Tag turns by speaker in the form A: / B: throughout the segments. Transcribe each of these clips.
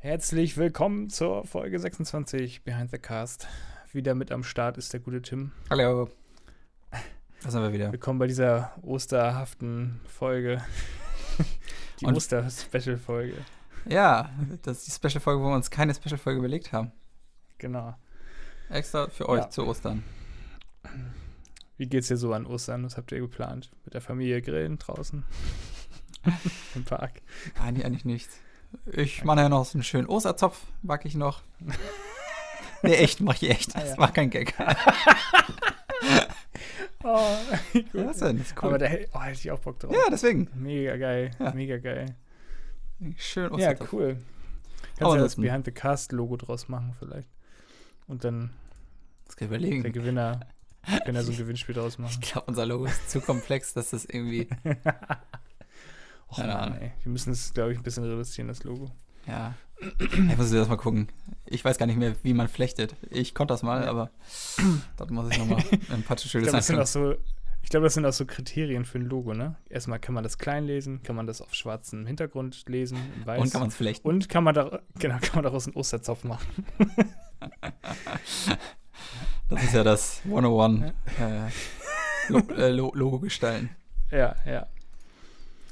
A: Herzlich willkommen zur Folge 26 Behind the Cast. Wieder mit am Start ist der gute Tim.
B: Hallo. Da sind wir wieder.
A: Willkommen bei dieser osterhaften Folge. Die
B: Und-
A: Oster-Special-Folge.
B: Ja, das ist die Special-Folge, wo wir uns keine Special-Folge überlegt haben.
A: Genau.
B: Extra für euch
A: Ja.
B: zu Ostern.
A: Wie geht's dir so an Ostern? Was habt ihr geplant? Mit der Familie grillen draußen? Im Park?
B: Eigentlich, eigentlich nichts. Ich mache ja noch so einen schönen Osterzopf, backe ich noch. nee, echt, mach ich echt.
A: Ah, ja.
B: Das war kein Gag.
A: Oh,
B: Ja, was denn? Das ist
A: Aber
B: cool.
A: da hätt- oh, hätte ich auch Bock drauf.
B: Ja, deswegen.
A: Mega geil,
B: Ja.
A: mega geil.
B: Schön
A: Ja,
B: Osterzopf.
A: cool. Kannst
B: Aber
A: ja das
B: ansonsten-
A: Behind the Cast-Logo draus machen vielleicht. Und dann
B: Das kann ich
A: der
B: überlegen.
A: Gewinner, wenn er so ein Gewinnspiel draus
B: Ich
A: machen.
B: glaube, unser Logo ist zu komplex, dass das irgendwie.
A: Och,
B: Keine
A: Mann,
B: Ahnung.
A: ey. Wir müssen es, glaube ich, ein bisschen reduzieren, das Logo.
B: Ja. Ich muss das mal gucken. Ich weiß gar nicht mehr, wie man flechtet. Ich konnte das mal,
A: Ja.
B: aber das muss ich nochmal ein paar
A: Ich
B: schönes
A: glaube, das, sind
B: anschauen.
A: auch so, ich glaub, das sind auch so Kriterien für ein Logo, ne? Erstmal kann man das klein lesen, kann man das auf schwarzem Hintergrund lesen, in weiß.
B: Und kann man es flechten.
A: Und kann man, da, genau, kann man daraus einen Osterzopf machen.
B: Das ist ja das 101 äh, Lo äh, Lo Logo gestalten.
A: Ja, ja.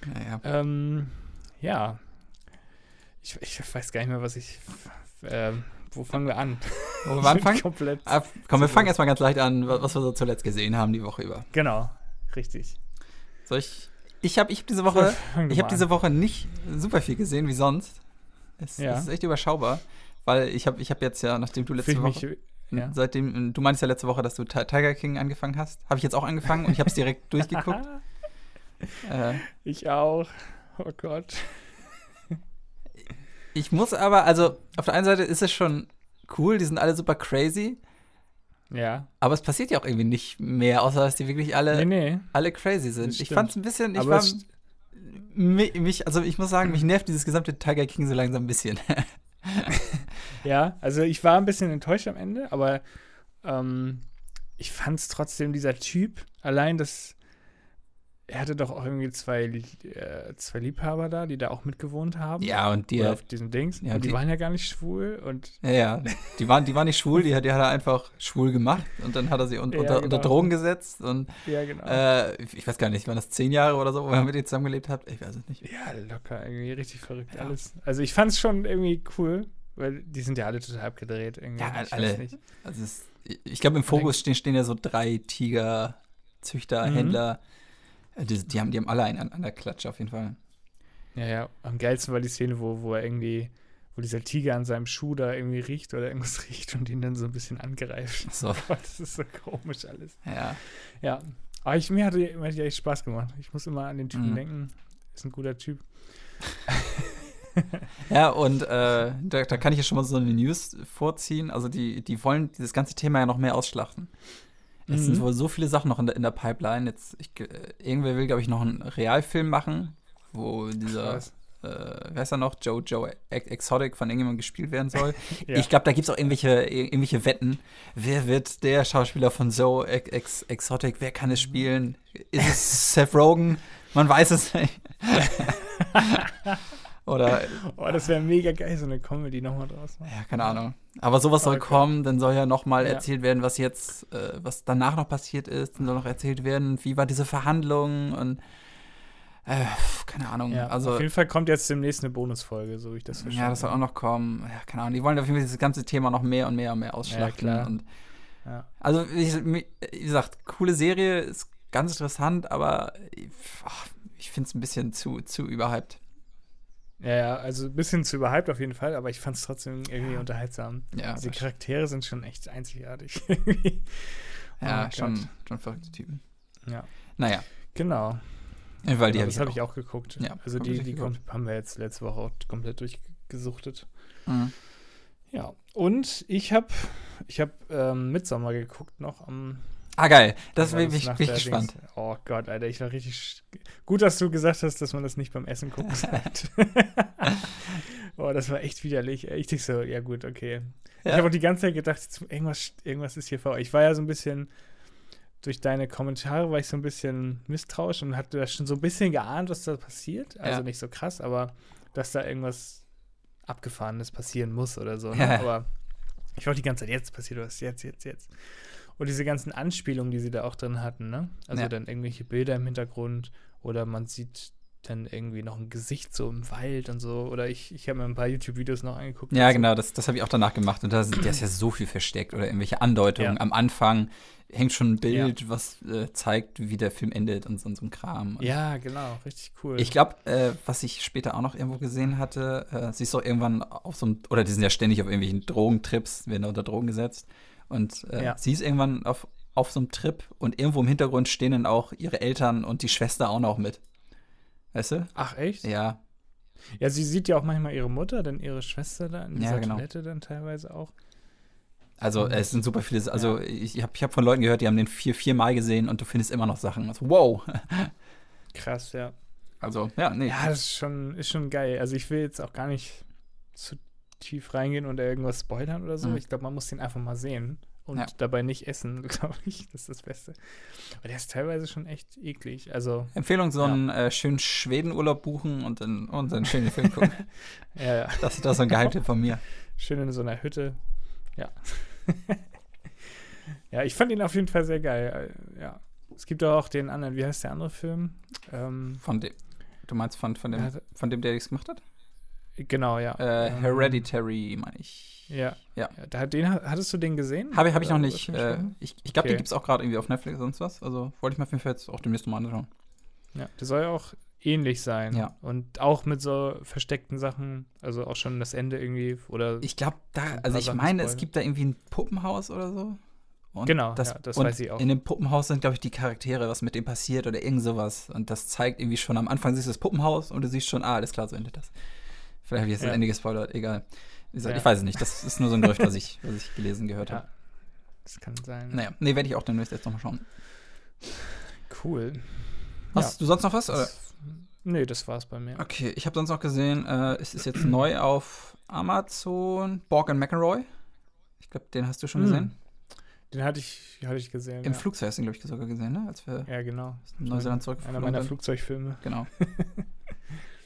B: Naja.
A: Ähm, ja. Ich, ich weiß gar nicht mehr, was ich. Ähm, wo fangen wir an?
B: Wollen wir anfangen?
A: Komplett.
B: Ah, komm, wir fangen erstmal ganz leicht an, wa- was wir so zuletzt gesehen haben die Woche über.
A: Genau, richtig.
B: Soll ich ich habe ich hab diese Woche,
A: Fang du
B: ich
A: mal
B: hab diese
A: an.
B: Woche nicht super viel gesehen wie sonst. Es,
A: Ja.
B: es ist echt überschaubar, weil ich habe ich hab jetzt ja, nachdem du letzte
A: Fühl ich
B: Woche,
A: mich, ja.
B: seitdem, du meinst ja letzte Woche, dass du Ti- Tiger King angefangen hast, habe ich jetzt auch angefangen und ich habe es direkt durchgeguckt. Äh,
A: Ich auch. Oh Gott.
B: ich muss aber, also auf der einen Seite ist es schon cool, die sind alle super crazy,
A: Ja.
B: Aber es passiert ja auch irgendwie nicht mehr, außer dass die wirklich alle,
A: Nee, nee.
B: alle crazy sind.
A: das
B: Ich
A: stimmt.
B: fand's ein bisschen, Äh, ich
A: Aber
B: war,
A: es-
B: mi- mich, also ich muss sagen, mich nervt dieses gesamte Tiger King so langsam ein bisschen.
A: Ja, also ich war ein bisschen enttäuscht am Ende, aber ähm, ich fand es trotzdem, dieser Typ, allein das, er hatte doch auch irgendwie zwei, äh, zwei Liebhaber da, die da auch mitgewohnt haben.
B: ja, und die,
A: Oder
B: ja,
A: auf diesem Dings.
B: Ja,
A: und die,
B: die-
A: waren ja gar nicht schwul und
B: ja, die waren, die waren nicht schwul, die, hat- die hat er einfach schwul gemacht und dann hat er sie un,
A: Ja,
B: unter, unter
A: genau.
B: Drogen gesetzt und
A: ja, genau.
B: äh, ich weiß gar nicht, waren das zehn Jahre oder so, wo er mit ihr zusammengelebt hat? Ich weiß es nicht.
A: ja, locker, irgendwie richtig verrückt
B: Ja.
A: alles. Also ich fand es schon irgendwie cool, weil die sind ja alle total abgedreht irgendwie.
B: Ja,
A: ich
B: alle.
A: weiß nicht.
B: Also es, ich- ich glaube, im Fokus stehen, stehen ja so drei Tiger, Züchter,
A: Mhm.
B: Händler. Äh, Die, die, haben, die haben alle einen an, an der Klatsche auf jeden Fall.
A: Ja, ja. Am geilsten war die Szene, wo, wo er irgendwie, wo dieser Tiger an seinem Schuh da irgendwie riecht oder irgendwas riecht und ihn dann so ein bisschen angreift.
B: So,
A: Gott, das ist so komisch alles.
B: ja.
A: Ja. Aber ich, mir, hatte, mir hat die echt Spaß gemacht. Ich muss immer an den Typen
B: Mhm.
A: denken. Ist ein guter Typ.
B: Ja, und äh, da, da kann ich ja schon mal so eine News vorziehen. Also, die, die wollen dieses ganze Thema ja noch mehr ausschlachten. Es sind
A: Mhm.
B: wohl so viele Sachen noch in der, in der Pipeline. Jetzt, ich, ge- äh, irgendwer will, glaube ich, noch einen Realfilm machen, wo dieser, äh,
A: Krass.
B: wer ist er noch? Joe, Joe Ex Exotic von irgendjemandem gespielt werden soll.
A: Ja.
B: Ich glaube, da gibt es auch irgendwelche, ir- irgendwelche Wetten. Wer wird der Schauspieler von Joe Ex Ex Exotic? Wer kann es spielen? Ist es Seth Rogen? Man weiß es nicht. Oder
A: Oh, das wäre mega geil, so eine Comedy nochmal draus machen.
B: Ja, keine Ahnung. Aber sowas soll
A: Okay.
B: kommen, dann soll ja nochmal
A: Ja.
B: erzählt werden, was jetzt, äh, was danach noch passiert ist, dann soll noch erzählt werden, wie war diese Verhandlung und äh, keine Ahnung.
A: Ja,
B: also
A: auf jeden Fall kommt jetzt demnächst eine Bonusfolge, so wie ich das verstehe.
B: ja, das soll auch noch kommen. Ja, keine Ahnung. Die wollen auf jeden Fall dieses ganze Thema noch mehr und mehr und mehr ausschlachten.
A: klar.
B: Und,
A: Ja.
B: also wie, wie gesagt, coole Serie ist ganz interessant, aber ich, ach, ich finde es ein bisschen zu zu überhyped.
A: ja, ja, also ein bisschen zu überhyped auf jeden Fall, aber ich fand es trotzdem irgendwie unterhaltsam.
B: Ja,
A: Diese
B: das-
A: Charaktere sind schon echt einzigartig. Oh
B: ja
A: Gott.
B: schon, schon verrückte Typen.
A: Ja.
B: Naja,
A: genau.
B: weil die
A: genau
B: habe ich
A: das
B: halt
A: habe ich auch geguckt.
B: Ja,
A: also
B: hab
A: die,
B: ich
A: die
B: geguckt.
A: kom- haben wir jetzt letzte Woche auch komplett durchgesuchtet.
B: auch. Mhm.
A: Ja. Und ich habe ich hab, ähm, Midsommar geguckt noch am.
B: Ah, geil. Das
A: war
B: bin ich,
A: nach
B: bin ich
A: der
B: gespannt.
A: Dings- Oh Gott, Alter, ich war richtig. sch- Gut, dass du gesagt hast, dass man das nicht beim Essen gucken sagt. oh, das war echt widerlich. ey. Ich dachte so, ja gut, okay. Ich
B: Ja.
A: habe auch die ganze Zeit gedacht, jetzt- irgendwas, irgendwas ist hier vor. Ich war ja so ein bisschen, durch deine Kommentare war ich so ein bisschen misstrauisch und hatte da schon so ein bisschen geahnt, was da passiert. Also
B: Ja.
A: nicht so krass, aber dass da irgendwas Abgefahrenes passieren muss oder so. Ne?
B: Ja.
A: Aber ich wollte die ganze Zeit, jetzt passiert was, jetzt, jetzt, jetzt. Und diese ganzen Anspielungen, die sie da auch drin hatten, ne? Also
B: Ja.
A: dann irgendwelche Bilder im Hintergrund oder man sieht dann irgendwie noch ein Gesicht so im Wald und so. Oder ich, ich habe mir ein paar YouTube-Videos noch angeguckt.
B: Ja,
A: dazu.
B: genau, das, das habe ich auch danach gemacht. Und da sind- da ist ja so viel versteckt oder irgendwelche Andeutungen.
A: Ja.
B: Am Anfang hängt schon ein Bild, was äh, zeigt, wie der Film endet und so, und so ein Kram. Und
A: Ja, genau, richtig cool.
B: Ich glaube, äh, was ich später auch noch irgendwo gesehen hatte, äh, sie ist doch irgendwann auf so einem, oder die sind ja ständig auf irgendwelchen Drogentrips, werden da unter Drogen gesetzt. Und äh,
A: Ja.
B: sie ist irgendwann auf, auf so einem Trip und irgendwo im Hintergrund stehen dann auch ihre Eltern und die Schwester auch noch mit. Weißt du?
A: Ach, echt?
B: Ja,
A: Ja, sie sieht ja auch manchmal ihre Mutter, dann ihre Schwester da in
B: Ja,
A: dieser
B: genau.
A: Toilette dann teilweise auch.
B: also
A: Mhm.
B: äh, es sind super viele, also ich, ich habe ich hab von Leuten gehört, die haben den vier, viermal gesehen und du findest immer noch Sachen. Also, wow.
A: Krass, ja.
B: Also, ja, nee.
A: Ja, das ist schon, ist schon geil. Also ich will jetzt auch gar nicht zu tief reingehen und irgendwas spoilern oder so.
B: Mhm.
A: Ich glaube, man muss den einfach mal sehen und
B: Ja.
A: dabei nicht essen, glaube ich. Das ist das Beste. Aber der ist teilweise schon echt eklig. Also,
B: Empfehlung, so einen äh, schönen Schwedenurlaub buchen und dann, und dann schön den Film gucken.
A: ja, ja.
B: Das, das ist so ein Geheimtipp von mir.
A: Schön in so einer Hütte. Ja. ja, ich fand ihn auf jeden Fall sehr geil. Äh, Ja. Es gibt doch auch den anderen, wie heißt der andere Film? Ähm,
B: Von dem. Du meinst von, von, dem,
A: Ja, da-
B: von dem, der es gemacht hat?
A: genau, ja.
B: Äh,
A: Ähm,
B: Hereditary, meine ich.
A: Ja.
B: Ja.
A: Da, hat- den, hattest du den gesehen?
B: Habe hab ich noch
A: Oder
B: nicht.
A: was
B: Äh,
A: mitbekommen?
B: ich ich glaube,
A: Okay.
B: den gibt es auch gerade irgendwie auf Netflix und sonst was. Also wollte ich mir auf jeden Fall jetzt auch demnächst mal anschauen.
A: Ja, der soll ja auch ähnlich sein.
B: Ja.
A: Und auch mit so versteckten Sachen, also auch schon das Ende irgendwie oder
B: Ich glaube, da,
A: ein
B: also
A: paar
B: ich
A: Sachen
B: meine, es
A: spoilern.
B: gibt da irgendwie ein Puppenhaus oder so. Und
A: Genau, ja, das
B: und
A: weiß ich auch.
B: In dem Puppenhaus sind, glaube ich, die Charaktere, was mit denen passiert oder irgend sowas. Und das zeigt irgendwie schon, am Anfang siehst du das Puppenhaus und du siehst schon, ah, alles klar, so endet das. Vielleicht habe ich jetzt
A: Ja.
B: das Ende gespoilert, egal. Wie gesagt,
A: Ja.
B: Ich weiß es nicht. Das ist nur so ein Gerücht, was ich, was ich gelesen gehört habe.
A: ja. Das kann sein.
B: Naja, nee, werde ich auch demnächst jetzt nochmal schauen.
A: Cool.
B: Äh. Hast du sonst noch was? Oder?
A: Das, nee, das war's bei mir.
B: Okay, ich habe sonst noch gesehen, äh, es ist jetzt neu auf Amazon, Borg and McEnroy. Ich glaube, den hast du schon
A: Mhm.
B: gesehen.
A: Den hatte ich, hatte ich gesehen.
B: Im
A: ja.
B: Flugzeug hast du ihn, glaube ich, sogar gesehen, ne? als wir
A: Ja, genau.
B: aus Neuseeland
A: Einer
B: zurückgeflogen
A: meiner
B: sind.
A: Flugzeugfilme.
B: Genau.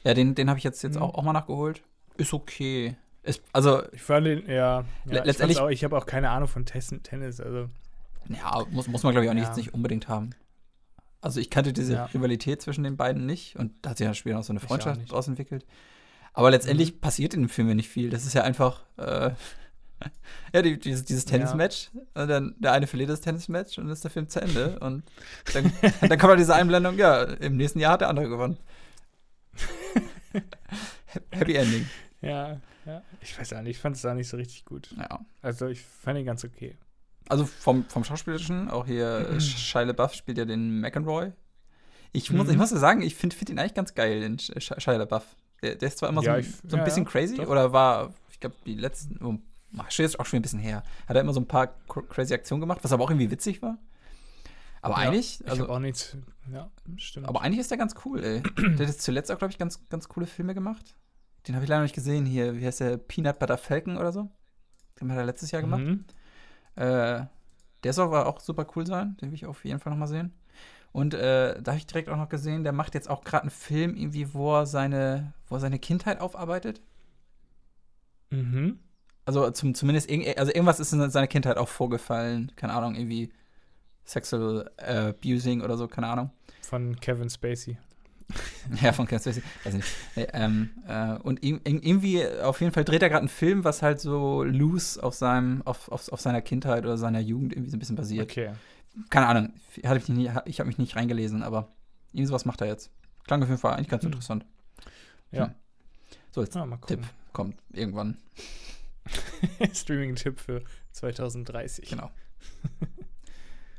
B: ja, den, den habe ich jetzt, jetzt
A: Mhm.
B: auch, auch mal nachgeholt. Ist okay. Ist, also,
A: Ich fand den, ja.
B: Le-
A: ja ich fand's
B: letztendlich-
A: auch, ich habe auch keine Ahnung von Tes Tennis. Also,
B: ja, muss, muss man, glaube ich, auch nicht,
A: Ja.
B: nicht unbedingt haben. Also, ich kannte diese
A: Ja.
B: Rivalität zwischen den beiden nicht und da hat sich dann später noch so eine
A: Ich auch
B: Freundschaft
A: nicht. Mhm.
B: draus entwickelt. Aber letztendlich passiert in dem Film ja nicht viel. Das ist ja einfach, äh, ja, die, dieses, dieses
A: Ja.
B: Tennismatch. Und dann der eine verliert das Tennismatch und dann ist der Film zu Ende. Und dann, dann kommt halt diese Einblendung, ja, im nächsten Jahr hat der andere gewonnen. Happy Ending.
A: ja, ja. Ich weiß auch nicht, ich fand es auch nicht so richtig gut.
B: Ja.
A: Also, ich fand ihn ganz okay.
B: Also vom, vom Schauspielerischen, auch hier
A: Mhm.
B: äh, Shia LaBeouf spielt ja den McEnroy. Ich muss,
A: Mhm.
B: ich muss ja sagen, ich finde find ihn eigentlich ganz geil, den Sh- Sh- Shia LaBeouf. Der, der ist zwar immer
A: Ja,
B: so,
A: ich-
B: ein, so ein
A: ja,
B: bisschen
A: ja,
B: crazy
A: doch.
B: oder war, ich glaube, die letzten, oh, ach, steht jetzt auch schon ein bisschen her, hat er immer so ein paar cr- crazy Aktionen gemacht, was aber auch irgendwie witzig war. Aber
A: Ja,
B: eigentlich,
A: ich habe
B: also,
A: auch nichts. Ja, stimmt.
B: aber eigentlich ist der ganz cool, ey. der hat jetzt zuletzt auch, glaube ich, ganz, ganz coole Filme gemacht. Den habe ich leider noch nicht gesehen hier. Wie heißt der? Peanut Butter Falcon oder so? Den hat er letztes Jahr gemacht.
A: Mhm.
B: Äh, der soll aber auch super cool sein. Den will ich auf jeden Fall nochmal sehen. Und äh, da habe ich direkt auch noch gesehen, der macht jetzt auch gerade einen Film, irgendwie, wo er seine, wo er seine Kindheit aufarbeitet.
A: Mhm.
B: Also zum, zumindest irgend, also irgendwas ist in seiner Kindheit auch vorgefallen. Keine Ahnung, irgendwie Sexual äh, Abusing oder so, keine Ahnung.
A: Von Kevin Spacey.
B: Ja, von Kevin Spacey. Weiß nicht. Nee, ähm, äh, und ir- ir- irgendwie, auf jeden Fall dreht er gerade einen Film, was halt so loose auf seinem, auf, auf, auf seiner Kindheit oder seiner Jugend irgendwie so ein bisschen basiert.
A: Okay.
B: keine Ahnung, hatte ich, nie, ich habe mich nicht reingelesen, aber irgend sowas macht er jetzt. Klang auf jeden Fall eigentlich ganz
A: Hm.
B: interessant.
A: Ja.
B: Hm. So, jetzt
A: Ah, mal
B: Tipp
A: gucken.
B: kommt irgendwann.
A: Streaming-Tipp für 2030.
B: Genau.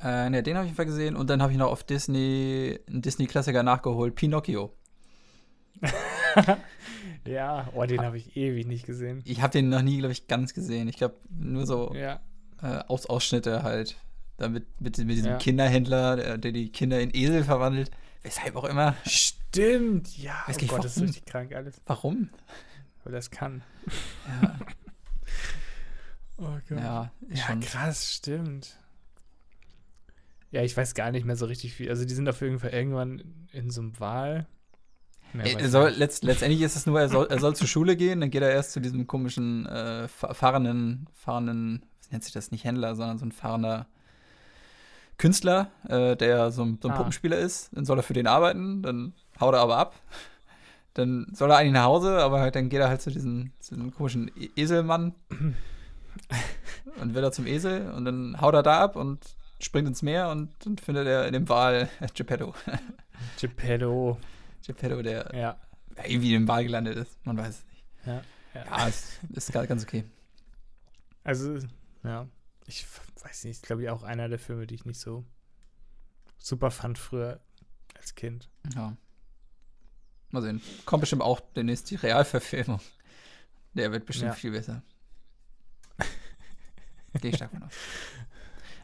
B: äh, ne, den habe ich auf jeden Fall gesehen und dann habe ich noch auf Disney einen Disney-Klassiker nachgeholt, Pinocchio.
A: Ja, oh,
B: Ah.
A: den habe ich ewig nicht gesehen.
B: Ich habe den noch nie, glaube ich, ganz gesehen. Ich glaube, nur so
A: Ja,
B: äh, Aus Ausschnitte halt. Damit mit, mit diesem
A: Ja.
B: Kinderhändler, der, der die Kinder in Esel verwandelt. Weshalb auch immer.
A: stimmt. Ja,
B: Weiß
A: oh
B: gar nicht,
A: Gott, das ist
B: warum.
A: richtig krank alles,
B: Warum?
A: weil das kann.
B: Ja,
A: Oh Gott. Ja,
B: ja, ist schon.
A: krass, stimmt. Ja, ich weiß gar nicht mehr so richtig viel. Also die sind auf jeden Fall irgendwann in so einem Wal. Mehr weiß
B: Er
A: ich
B: soll,
A: nicht.
B: letzt, letztendlich ist es nur, er soll, er soll zur Schule gehen, dann geht er erst zu diesem komischen äh, fa- fahrenden, fahrenden, was nennt sich das, nicht Händler, sondern so ein fahrender Künstler, äh, der so ein, so ein
A: Ah.
B: Puppenspieler ist. Dann soll er für den arbeiten, dann haut er aber ab. Dann soll er eigentlich nach Hause, aber halt, dann geht er halt zu diesem, zu diesem komischen E- Eselmann und will er zum Esel und dann haut er da ab und springt ins Meer und dann findet er in dem Wal äh, Geppetto.
A: Geppetto.
B: Geppetto, der
A: Ja.
B: ja, irgendwie im Wahl gelandet ist. Man weiß es nicht.
A: Ja, ja.
B: ja es ist ga- ganz okay.
A: Also, ja. Ich f- weiß nicht, ist, glaube ich, auch einer der Filme, die ich nicht so super fand früher als Kind.
B: Ja. Mal sehen. Kommt bestimmt auch demnächst die Realverfilmung. Der wird bestimmt
A: Ja.
B: viel besser. Gehe ich stark von aus.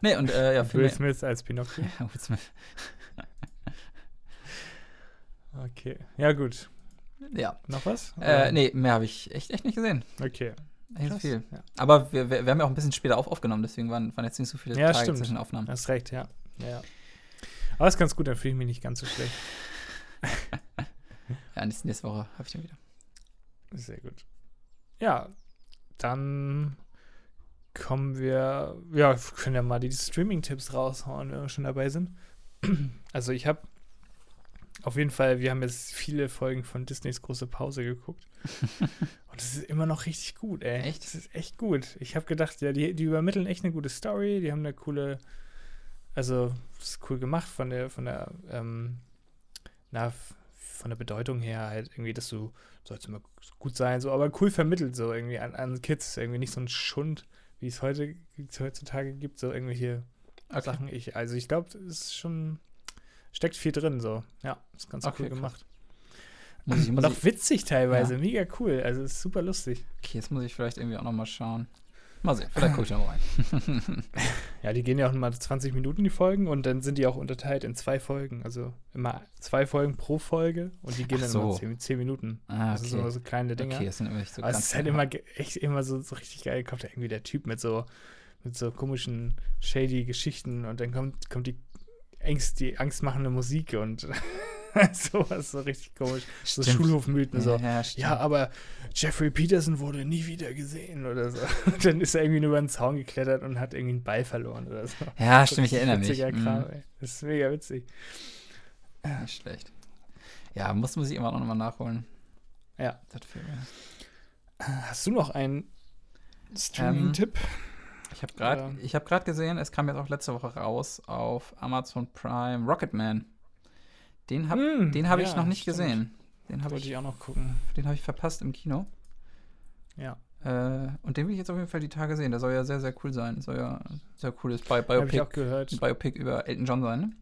B: Nee, und äh, ja,
A: Will
B: viel mehr.
A: Smith als Pinocchio.
B: Ja, Will Smith.
A: Okay. Ja, gut.
B: Ja.
A: Noch was?
B: Äh, nee, mehr habe ich echt, echt nicht gesehen.
A: Okay.
B: Echt
A: Krass.
B: viel.
A: Ja.
B: Aber wir, wir, wir haben ja auch ein bisschen später auf, aufgenommen, deswegen waren, waren jetzt nicht so viele
A: Ja,
B: Tage
A: stimmt.
B: zwischen Aufnahmen.
A: Hast recht, ja. ja. ja. Aber ist ganz gut, dann fühle ich mich nicht ganz so schlecht.
B: Ja, nächste, nächste Woche habe ich den wieder.
A: Sehr gut. Ja, dann kommen wir. Ja, wir können ja mal die Streaming-Tipps raushauen, wenn wir schon dabei sind. Also, ich habe auf jeden Fall, wir haben jetzt viele Folgen von Disneys große Pause geguckt. Und es ist immer noch richtig gut, ey.
B: Echt?
A: Es ist echt gut. Ich habe gedacht, ja, die, die übermitteln echt eine gute Story, die haben eine coole. Also, das ist cool gemacht von der, von der, ähm, na, von der Bedeutung her halt irgendwie, dass du sollst immer gut sein, so, aber cool vermittelt so irgendwie an, an Kids. Irgendwie nicht so ein Schund, wie es heute wie es heutzutage gibt, so irgendwelche
B: Okay.
A: Sachen. Ich, also ich glaube, es ist schon, steckt viel drin, so. Ja, ist ganz
B: Okay,
A: cool
B: krass.
A: gemacht.
B: Muss ich, muss
A: Und
B: ich,
A: auch witzig teilweise, mega cool. Also ist super lustig.
B: okay, jetzt muss ich vielleicht irgendwie auch nochmal schauen. Mal sehen, vielleicht gucke ich nochmal rein.
A: Ja, die gehen ja auch immer 20 Minuten, die Folgen, und dann sind die auch unterteilt in zwei Folgen. Also immer zwei Folgen pro Folge und die gehen
B: Ach
A: dann immer
B: so.
A: 10, 10 Minuten.
B: Ah,
A: Das sind immer so kleine Dinger.
B: Okay, das sind immer nicht so
A: Aber es
B: ganz
A: ist halt immer ge- echt immer so, so richtig geil, kommt da irgendwie der Typ mit so, mit so komischen, shady Geschichten und dann kommt, kommt die Angst, die angstmachende Musik und sowas, so richtig komisch. So
B: Stimmt.
A: Schulhofmythen, so.
B: Ja,
A: Ja,
B: ja,
A: aber Jeffrey Peterson wurde nie wieder gesehen oder so. Und dann ist er irgendwie nur über den Zaun geklettert und hat irgendwie einen Ball verloren oder so.
B: ja, stimmt, ich erinnere mich.
A: Witziger Kram,
B: Mhm,
A: ey. Das ist mega witzig.
B: nicht schlecht. Ja, muss, muss ich immer noch mal nachholen.
A: Ja.
B: Das Film, ja.
A: Hast du noch einen
B: Ähm,
A: Streaming-Tipp?
B: Ich habe gerade
A: Oder-
B: ich hab grad gesehen, es kam jetzt auch letzte Woche raus auf Amazon Prime Rocketman. Den habe
A: Hm,
B: den hab
A: ja,
B: ich noch nicht
A: stimmt.
B: gesehen. Den habe
A: Wollte
B: ich,
A: ich auch noch gucken.
B: den hab ich verpasst im Kino.
A: Ja.
B: Äh, und den will ich jetzt auf jeden Fall die Tage sehen. Der soll ja sehr, sehr cool sein. Soll ja ein sehr cooles Bi
A: Habe ich
B: Biopic,
A: auch gehört.
B: Biopic über Elton John sein.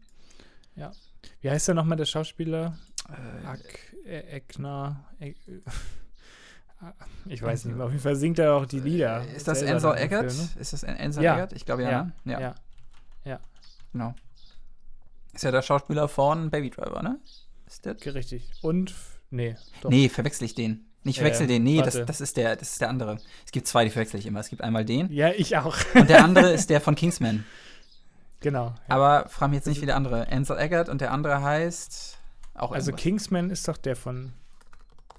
B: Ne?
A: Wie heißt der nochmal, der Schauspieler?
B: Äh,
A: Ack, äh, Eckner. Eck, ich weiß nicht mehr. Auf jeden Fall singt er auch die Lieder.
B: Äh, Ist das
A: selber
B: Ansel
A: dann im
B: Eggert?
A: Film, ne?
B: Ist das An- Ansel
A: Ja.
B: Eggert? Ich glaube ja,
A: Ja.
B: ne?
A: Ja.
B: Genau. Ist ja der Schauspieler von Baby Driver, ne? Ist der?
A: okay, richtig. Und, f- nee, doch.
B: Nee, verwechsel ich den. Ich
A: Ja,
B: verwechsel den. Nee, das,
A: warte.
B: das, ist der, das ist der andere. Es gibt zwei, die verwechsel ich immer. Es gibt einmal den
A: Ja, ich auch.
B: und der andere ist der von Kingsman.
A: genau.
B: Aber frag mich jetzt nicht, wie der andere. Ansel Eggert und der andere heißt auch
A: Also
B: irgendwas.
A: Kingsman ist doch der von.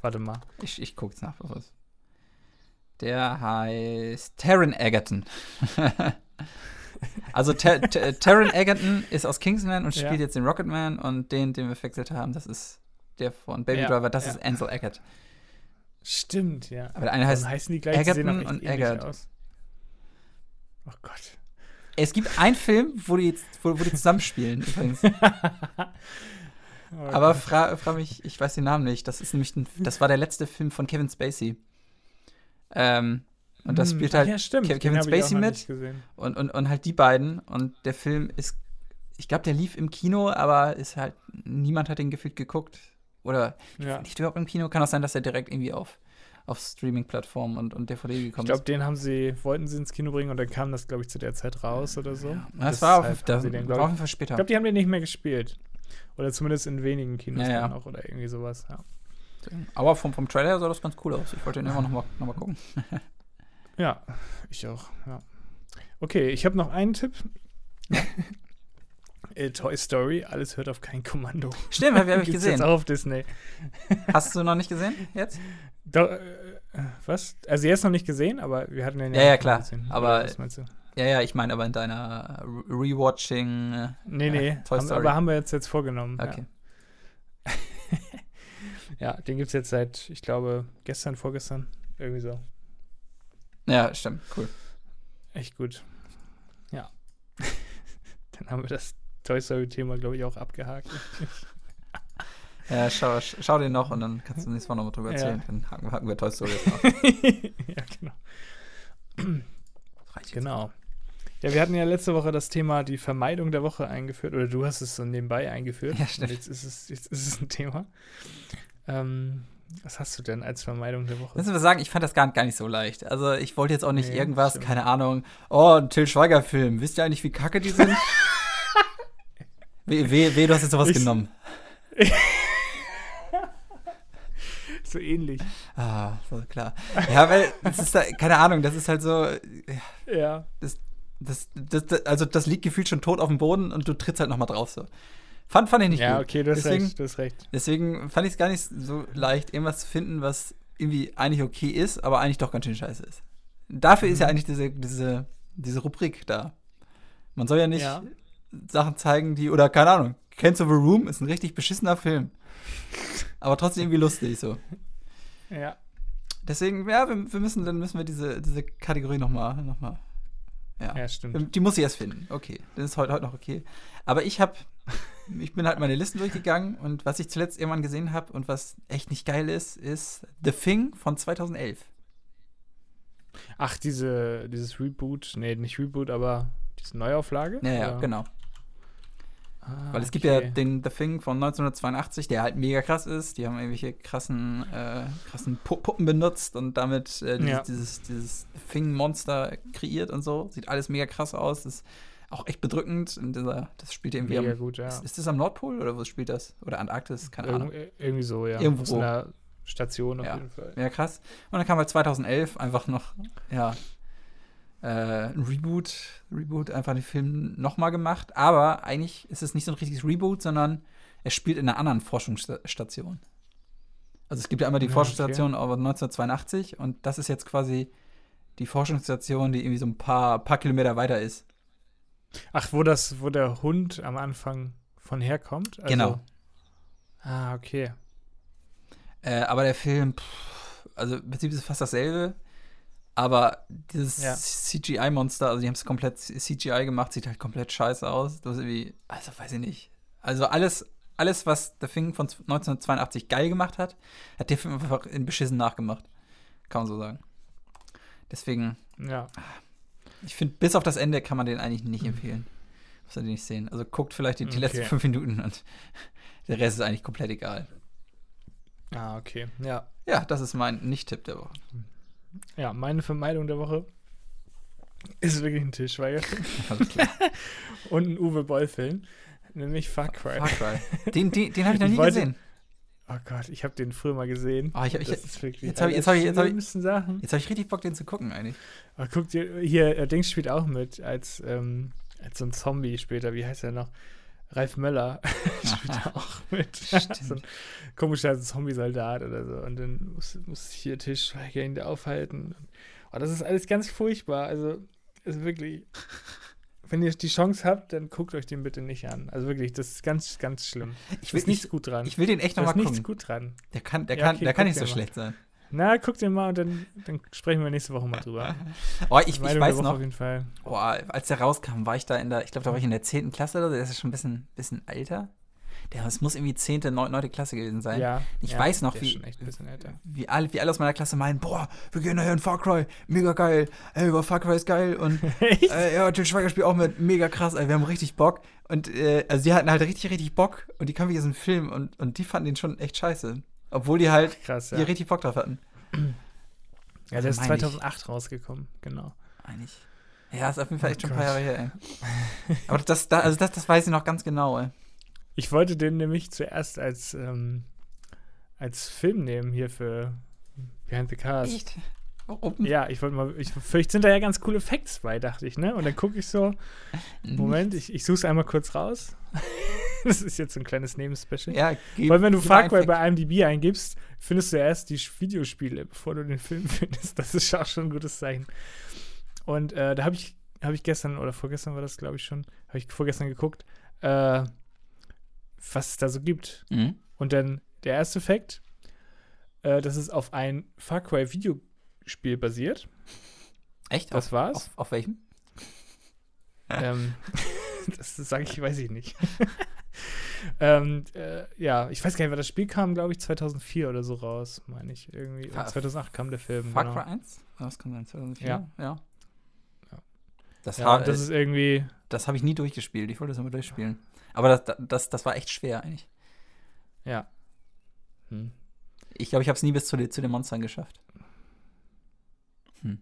A: Warte mal.
B: Ich, ich guck's nach. bevor es- Der heißt Taron Egerton. also Ta Ta Taron Egerton ist aus Kingsman und
A: Ja.
B: spielt jetzt den Rocketman und den, den wir verwechselt haben, das ist der von Baby
A: Ja,
B: Driver, das
A: ja.
B: ist Ansel Eggert.
A: Stimmt, ja.
B: Aber der eine heißt,
A: Dann heißen die gleich, die sehen
B: Egerton
A: auch echt
B: und
A: ähnlich
B: Eggert.
A: aus. Oh Gott.
B: es gibt einen Film, wo die, jetzt, wo, wo die zusammenspielen übrigens. Aber fra frag mich, ich weiß den Namen nicht. Das ist nämlich, ein, das war der letzte Film von Kevin Spacey. Ähm, und das
A: Hm,
B: spielt halt
A: ja, stimmt.
B: Ke-
A: den
B: Kevin
A: hab ich auch
B: Spacey
A: noch
B: mit.
A: nicht gesehen.
B: Und, und, und halt die beiden. Und der Film ist, ich glaube, der lief im Kino, aber ist halt, niemand hat den gefühlt geguckt. Oder
A: Ja.
B: nicht überhaupt im Kino. Kann auch sein, dass er direkt irgendwie auf, auf Streaming-Plattformen und, und DVD
A: Ich
B: gekommen
A: glaube, den haben sie, wollten sie ins Kino bringen und dann kam das, glaube ich, zu der Zeit raus oder so.
B: ist. Ja. Das war auf,
A: Deshalb
B: das
A: haben sie den,
B: war
A: halt glaub
B: auf
A: ich,
B: jeden Fall später.
A: ich glaube, die haben den nicht mehr gespielt. Oder zumindest in wenigen Kinos
B: Ja, ja.
A: dann auch oder irgendwie sowas. Ja,
B: aber vom, vom Trailer her sah das ganz cool aus. Ich wollte den immer noch mal, noch mal gucken.
A: ja ich auch. Ja. Okay, ich habe noch einen Tipp. Äh, Toy Story, alles hört auf kein Kommando.
B: Stimmt, habe ich
A: Gibt's
B: gesehen.
A: jetzt auch auf Disney.
B: Hast du noch nicht gesehen jetzt?
A: Do, äh, äh, was? Also jetzt noch nicht gesehen, aber wir hatten den
B: Ja, ja,
A: auch
B: klar.
A: gesehen. Oder
B: Aber-
A: was meinst du?
B: Ja, ja, ich meine aber in deiner Re- Rewatching. äh,
A: Nee,
B: ja,
A: nee,
B: Toy
A: haben,
B: Story.
A: aber haben wir jetzt, jetzt vorgenommen.
B: okay.
A: Ja, ja den gibt es jetzt seit, ich glaube, gestern, vorgestern. Irgendwie so.
B: Ja. stimmt, cool.
A: Echt gut. Ja. Dann haben wir das Toy Story-Thema, glaube ich, auch abgehakt.
B: Ja, schau, sch- schau den noch und dann kannst du nächstes Mal nochmal drüber
A: Ja.
B: erzählen. Dann hacken, hacken wir Toy Story jetzt noch.
A: ja, genau.
B: Das reicht jetzt.
A: Genau. Ja, wir hatten ja letzte Woche das Thema die Vermeidung der Woche eingeführt, oder du hast es so nebenbei eingeführt.
B: Ja, stimmt.
A: Und Jetzt ist es, jetzt ist es ein Thema. Ähm, was hast du denn als Vermeidung der Woche?
B: Müssen wir sagen, ich fand das gar, gar nicht so leicht. Also ich wollte jetzt auch nicht
A: Nee,
B: irgendwas,
A: stimmt.
B: keine Ahnung, oh, ein Till Schweiger-Film, wisst ihr eigentlich, wie kacke die sind? weh, weh, weh, du hast jetzt sowas
A: Ich-
B: genommen.
A: So ähnlich.
B: Ah, so klar. Ja, weil, das ist da, keine Ahnung, das ist halt so,
A: Ja.
B: das, das, das, also das liegt gefühlt schon tot auf dem Boden und du trittst halt nochmal drauf so. Fand, fand ich nicht
A: Ja,
B: gut.
A: okay, du hast
B: Deswegen-
A: recht. Du hast recht.
B: Deswegen fand ich es gar nicht so leicht, irgendwas zu finden, was irgendwie eigentlich okay ist, aber eigentlich doch ganz schön scheiße ist. Dafür ist ja eigentlich diese, diese, diese Rubrik da. Man soll ja nicht
A: Ja.
B: Sachen zeigen, die, oder keine Ahnung, Cans of a Room ist ein richtig beschissener Film. Aber trotzdem irgendwie lustig so.
A: Ja.
B: Deswegen, ja, wir, wir müssen, dann müssen wir diese, diese Kategorie nochmal, noch mal, ja.
A: Ja, stimmt.
B: Die muss ich erst finden. Okay, das ist heute, heute noch okay. Aber ich habe, ich bin halt meine Listen durchgegangen und was ich zuletzt irgendwann gesehen habe und was echt nicht geil ist, ist The Thing von 2011.
A: Ach, diese, dieses Reboot. Nee, nicht Reboot, aber diese Neuauflage.
B: Ja, ja,
A: Oder-
B: genau.
A: Ah,
B: Weil es gibt ja
A: okay.
B: den The Thing von 1982, der halt mega krass ist. Die haben irgendwelche krassen, äh, krassen Pu Puppen benutzt und damit äh, dieses,
A: Ja.
B: dieses, dieses Thing-Monster kreiert und so. Sieht alles mega krass aus. Ist auch echt bedrückend. Und dieser, das spielt irgendwie
A: Mega
B: am.
A: gut, ja. Äh,
B: Ist, ist das am Nordpol oder wo spielt das? Oder Antarktis? Keine Ahnung.
A: Irg irgendwie so, ja.
B: Irgendwo.
A: Aus einer Station auf
B: Ja.
A: jeden Fall.
B: Ja, krass. Und dann kam halt 2011 einfach noch, ja, äh, ein Reboot, Reboot, einfach den Film nochmal gemacht. Aber eigentlich ist es nicht so ein richtiges Reboot, sondern er spielt in einer anderen Forschungsstation. Also es gibt ja einmal die
A: Ja,
B: Forschungsstation aber 1982 und das ist jetzt quasi die Forschungsstation, die irgendwie so ein paar, paar Kilometer weiter ist.
A: Ach, wo das, wo der Hund am Anfang von herkommt? Also-
B: Genau.
A: Ah, okay.
B: Äh, aber der Film, pff, also im Prinzip ist es fast dasselbe. Aber dieses
A: Ja.
B: CGI-Monster, also die haben es komplett CGI gemacht, sieht halt komplett scheiße aus. Das ist irgendwie, also weiß ich nicht. Also alles, alles, was der Film von 1982 geil gemacht hat, hat der Film einfach in beschissen nachgemacht. Kann man so sagen. Deswegen,
A: Ja.
B: ich finde, bis auf das Ende kann man den eigentlich nicht empfehlen. Muss man den nicht sehen. Also guckt vielleicht die, die letzten
A: Mhm. Okay.
B: fünf Minuten und der Rest ist eigentlich komplett egal.
A: Ah, okay. Ja.
B: Ja, das ist mein Nicht-Tipp der Woche.
A: Ja, meine Vermeidung der Woche ist wirklich ein Tischweiger
B: Alles klar.
A: und ein Uwe Boll-Film, nämlich Far Cry.
B: Far Cry. Den, den, den habe ich noch
A: Ich
B: nie
A: wollte-
B: gesehen.
A: Oh Gott, ich habe den früher mal gesehen.
B: Oh, ich, ich,
A: das
B: jetzt
A: ist wirklich
B: jetzt hab
A: einer
B: ich- jetzt hab ich-
A: der
B: jetzt hab ich-
A: schlimmsten Sachen.
B: habe ich richtig Bock, den zu gucken eigentlich.
A: Oh, guck dir, hier, äh, Dings spielt auch mit, als, ähm, als so ein Zombie später, wie heißt er noch? Ralf Möller spielt da auch mit. so ein komischer Zombie-Soldat oder so. Und dann muss, muss ich hier Tischweiger ihn da aufhalten. Oh, das ist alles ganz furchtbar. Also, ist wirklich. Wenn ihr die Chance habt, dann guckt euch den bitte nicht an. Also wirklich, das ist ganz, ganz schlimm.
B: Ich
A: Da
B: will,
A: ist nichts
B: ich,
A: gut dran.
B: ich will den echt
A: da
B: nochmal
A: ist nichts
B: gucken.
A: gut dran.
B: Der kann, der
A: Ja,
B: kann,
A: okay,
B: der kann
A: guck
B: nicht so
A: dir mal.
B: schlecht sein.
A: Na, guckt den mal und dann, dann sprechen wir nächste Woche mal drüber.
B: Oh, ich, ich
A: Meinung der
B: weiß
A: Woche auf
B: noch,
A: jeden Fall.
B: oh, als der rauskam, war ich da in der, ich glaube, da war ich in der 10. Klasse oder so, der ist ja schon ein bisschen, bisschen älter. Der, es muss irgendwie 10., 9. 9. Klasse gewesen sein.
A: Ja,
B: Ich
A: ja,
B: weiß noch,
A: der
B: wie-
A: Ist schon echt ein bisschen älter.
B: Wie alle, wie alle aus meiner Klasse meinen, boah, wir gehen nachher in Far Cry, mega geil, ey, über Far Cry ist geil und
A: Echt?
B: Äh, ja, Till Schweiger spielt auch mit, mega krass, ey, wir haben richtig Bock. Und äh, also die hatten halt richtig, richtig Bock und die kamen wegen diesem Film und, und die fanden den schon echt scheiße. Obwohl die halt
A: Krass,
B: die
A: ja.
B: richtig Bock drauf hatten.
A: Ja, der ist
B: meine ich.
A: 2008 rausgekommen, genau.
B: Eigentlich. Ja, ist auf jeden Fall echt
A: Oh
B: schon ein
A: Gott.
B: paar Jahre her, ey. Aber das, da, also das, das weiß ich noch ganz genau, ey.
A: Ich wollte den nämlich zuerst als, ähm, als Film nehmen hier für Behind the Cars.
B: Echt? Warum?
A: Ja, ich wollte mal, ich, vielleicht sind da ja ganz coole Facts bei, dachte ich, ne? Und dann gucke ich so, Moment, ich, ich suche es einmal kurz raus. das ist jetzt so ein kleines Nebenspecial.
B: Ja, gib,
A: Weil wenn du
B: gib mal
A: Far Cry
B: einen Fact.
A: bei IMDb eingibst, findest du erst die Sch- Videospiele, bevor du den Film findest. Das ist auch schon ein gutes Zeichen. Und äh, da habe ich, hab ich gestern oder vorgestern war das, glaube ich schon, habe ich vorgestern geguckt, äh, was es da so gibt.
B: Mhm.
A: Und dann der erste Fact, äh, dass es auf ein Far Cry Videospiel basiert.
B: Echt?
A: Das
B: Auf,
A: war's.
B: auf, auf welchem?
A: ähm, das sage ich, weiß ich nicht. ähm, äh, ja, ich weiß gar nicht, weil das Spiel kam, glaube ich, 2004 oder so raus, meine ich irgendwie.
B: Fa-
A: Und 2008 kam der Film.
B: Far
A: genau.
B: Cry 1? Ja, Das kann sein, 2004.
A: Ja.
B: ja. Das,
A: Ja,
B: war-
A: und das ist irgendwie.
B: Das habe ich nie durchgespielt. Ich wollte das immer durchspielen. Aber das, das, das war echt schwer eigentlich.
A: Ja. Hm.
B: Ich glaube, ich habe es nie bis zu, den- zu den Monstern geschafft. Hm.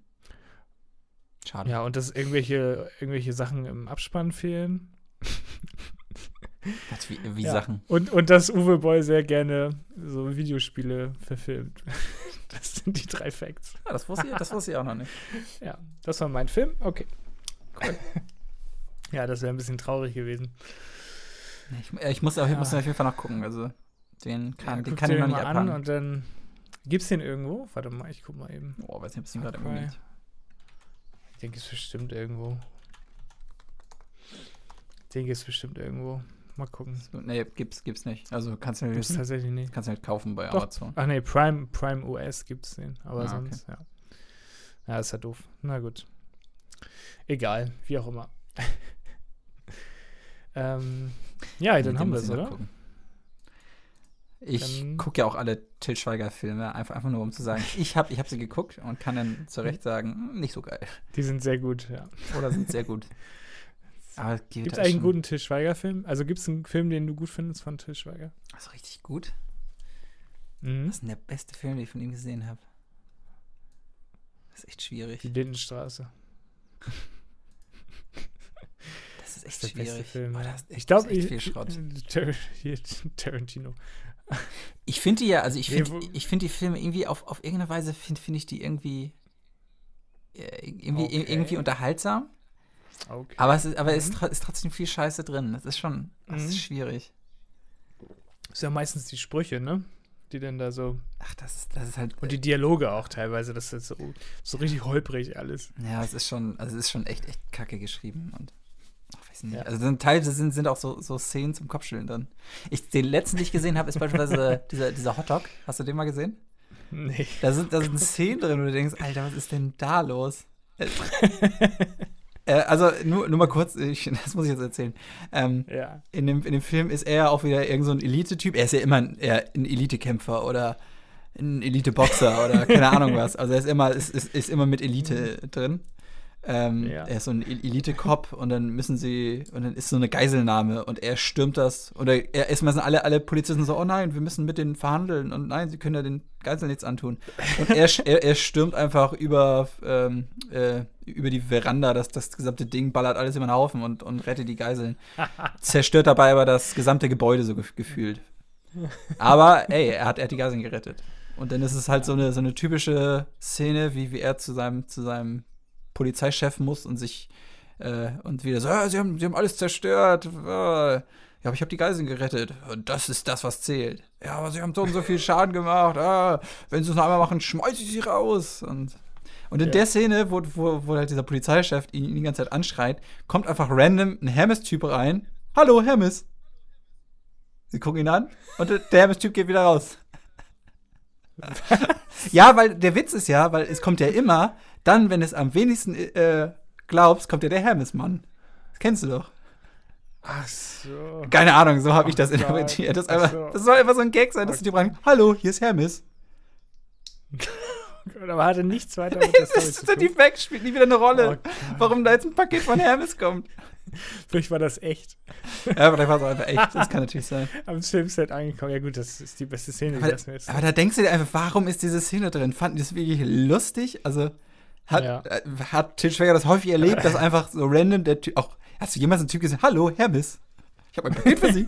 B: Schade.
A: hm. Ja, und dass irgendwelche, irgendwelche Sachen im Abspann fehlen.
B: Das wie wie
A: Ja.
B: Sachen.
A: Und, und dass Uwe Boll sehr gerne so Videospiele verfilmt. das sind die drei Facts.
B: Ja, das wusste, ich, das wusste ich auch noch nicht.
A: Ja, das war mein Film. Okay. Cool. ja, das wäre ein bisschen traurig gewesen.
B: Ich, äh, ich muss, aber ich
A: Ja.
B: muss den auf jeden Fall noch gucken. Also, den kann,
A: Ja,
B: den
A: guck
B: kann
A: dir
B: ich noch
A: den
B: nicht
A: mal an
B: abhaken.
A: und dann gibt's den irgendwo. Warte mal, ich guck mal eben.
B: Oh, weiß nicht, ob es den gerade
A: Far Cry.
B: unbedingt.
A: Ich denke, es bestimmt irgendwo. Ich denke, es bestimmt irgendwo. Mal gucken.
B: So, nee, gibt's, gibt's nicht. Also, kannst du
A: Gibt's
B: nicht,
A: tatsächlich nicht.
B: kannst du nicht kaufen bei
A: Doch.
B: Amazon.
A: Ach nee, Prime, Prime US gibt's den, aber
B: Ah, okay.
A: sonst, ja. Ja, ist ja doof. Na gut. Egal, wie auch immer. ähm, ja, dann
B: Den
A: haben wir
B: muss
A: es,
B: ich noch
A: oder?
B: gucken. Ich
A: Dann-
B: gucke ja auch alle Till Schweiger-Filme, einfach, einfach nur um zu sagen, ich habe ich hab sie geguckt und kann dann zu Recht sagen, "Hm, nicht so geil.
A: Die sind sehr gut, ja.
B: Oder sind sehr gut. Aber Gilda
A: Gibt es
B: ist
A: eigentlich einen
B: schon-
A: guten Til Schweiger-Film? Also gibt es einen Film, den du gut findest von Til Schweiger?
B: Also richtig gut.
A: Mhm.
B: Das ist denn der beste Film, den ich von ihm gesehen habe. Das ist echt schwierig.
A: Die Lindenstraße.
B: Das ist
A: Das
B: echt
A: ist der beste
B: schwierig.
A: Film.
B: Oh, das ist echt,
A: ich glaube,
B: das ist echt viel Schrott.
A: Tar hier, Tarantino.
B: Ich finde die ja, also ich
A: Nee,
B: finde
A: wo-
B: ich finde die Filme irgendwie auf, auf irgendeine Weise finde find ich die irgendwie äh, irgendwie,
A: Okay.
B: irgendwie unterhaltsam.
A: Ah, Okay.
B: Aber es ist, aber es ist, tro- ist trotzdem viel Scheiße drin. Das ist schon, das
A: Mhm.
B: ist schwierig.
A: ist ja meistens die Sprüche, ne? Die denn da so.
B: Ach, das ist, das ist halt.
A: Und die Dialoge auch teilweise. Das ist so, so richtig holprig alles.
B: Ja, es ist schon, also es ist schon echt, echt kacke geschrieben und ach, weiß nicht.
A: Ja.
B: Also sind teilweise sind, sind auch so, so Szenen zum Kopfschütteln drin. Ich, den letzten, den ich gesehen habe, ist beispielsweise dieser, dieser Hotdog. Hast du den mal gesehen?
A: Nee.
B: Da sind, da sind Szenen drin, wo du denkst, Alter, was ist denn da los? Äh, äh, also, nur, nur mal kurz, ich, das muss ich jetzt erzählen. Ähm,
A: Ja.
B: in dem, in dem Film ist er ja auch wieder irgend so ein Elite-Typ. Er ist ja immer ein, eher ein Elite-Kämpfer oder ein Elite-Boxer oder keine Ahnung was. Also er ist immer, ist, ist, ist immer mit Elite drin. Ähm,
A: Ja.
B: Er ist so ein El- Elite-Cop und dann müssen sie, und dann ist so eine Geiselnahme und er stürmt das. Oder er erstmal sind alle, alle Polizisten so, oh nein, wir müssen mit denen verhandeln und nein, sie können ja den Geiseln nichts antun. Und er, sch- er, er stürmt einfach über, ähm, äh, über die Veranda, das, das gesamte Ding ballert alles über den Haufen und, und rettet die Geiseln zerstört dabei aber das gesamte Gebäude so gef gefühlt. Aber ey, er hat, er hat die Geiseln gerettet. Und dann ist es halt so, eine, so eine typische Szene, wie, wie er zu seinem, zu seinem Polizeichef muss und sich äh, und wieder so, ah, sie, haben, sie haben alles zerstört. äh, Ja, aber ich habe die Geiseln gerettet. Und das ist das, was zählt. Ja, aber sie haben so und so viel Schaden gemacht. Ah, wenn sie es noch einmal machen, schmeiße ich sie raus. Und, und in
A: Ja.
B: der Szene, wo, wo, wo halt dieser Polizeichef ihn, ihn die ganze Zeit anschreit, kommt einfach random ein Hermes-Typ rein. Hallo, Hermes. Sie gucken ihn an und der Hermes-Typ geht wieder raus. ja, weil der Witz ist ja, weil es kommt ja immer, dann, wenn es am wenigsten äh, glaubst, kommt ja der Hermes-Mann. Das kennst du doch.
A: Ach so.
B: Keine Ahnung, so habe ich
A: Oh
B: das
A: Gott.
B: interpretiert. Das, ist
A: Ach
B: einfach,
A: so.
B: das soll einfach so ein Gag sein, dass du dir fragen, hallo, hier ist Hermes.
A: Aber hatte nichts weiter mit der
B: Das
A: Story
B: ist
A: zu
B: so
A: tun.
B: die Fact, spielt nie wieder eine Rolle.
A: Oh Gott.
B: Warum da jetzt ein Paket von Hermes kommt.
A: Vielleicht war das echt
B: Ja, vielleicht war es auch einfach echt. Das kann natürlich sein.
A: am Filmset angekommen. Ja, gut, das ist die beste Szene, die
B: Aber,
A: das mir jetzt.
B: aber da denkst du dir einfach, warum ist diese Szene drin? Fanden die das wirklich lustig? Also hat,
A: Ja.
B: äh, hat Til Schweiger das häufig erlebt, dass einfach so random der Typ. Auch, hast du jemals einen Typ gesehen? Hallo, Hermes. Ich habe ein Paket für Sie.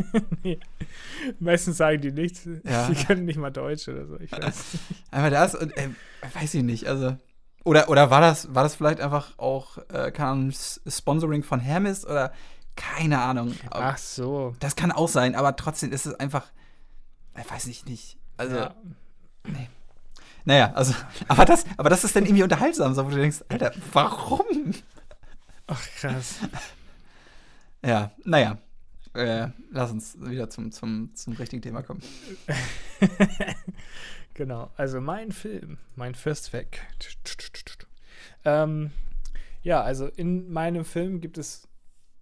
A: Meistens sagen die nichts.
B: Ja.
A: Die können nicht mal Deutsch oder so. Ich weiß.
B: Einfach das und äh, weiß ich nicht. Also Oder, oder war, das, war das vielleicht einfach auch, äh, keine Ahnung, S- Sponsoring von Hermes oder keine Ahnung.
A: Ach so.
B: Das kann auch sein, aber trotzdem ist es einfach, ich weiß nicht, nicht. Also,
A: ja.
B: naja, also, aber das, aber das ist dann irgendwie unterhaltsam, so, wo du denkst, Alter, warum?
A: Ach krass.
B: Ja, naja. Äh, lass uns wieder zum, zum, zum richtigen Thema kommen.
A: Genau. Also mein Film, mein First Fact. Ähm, ja, also in meinem Film gibt es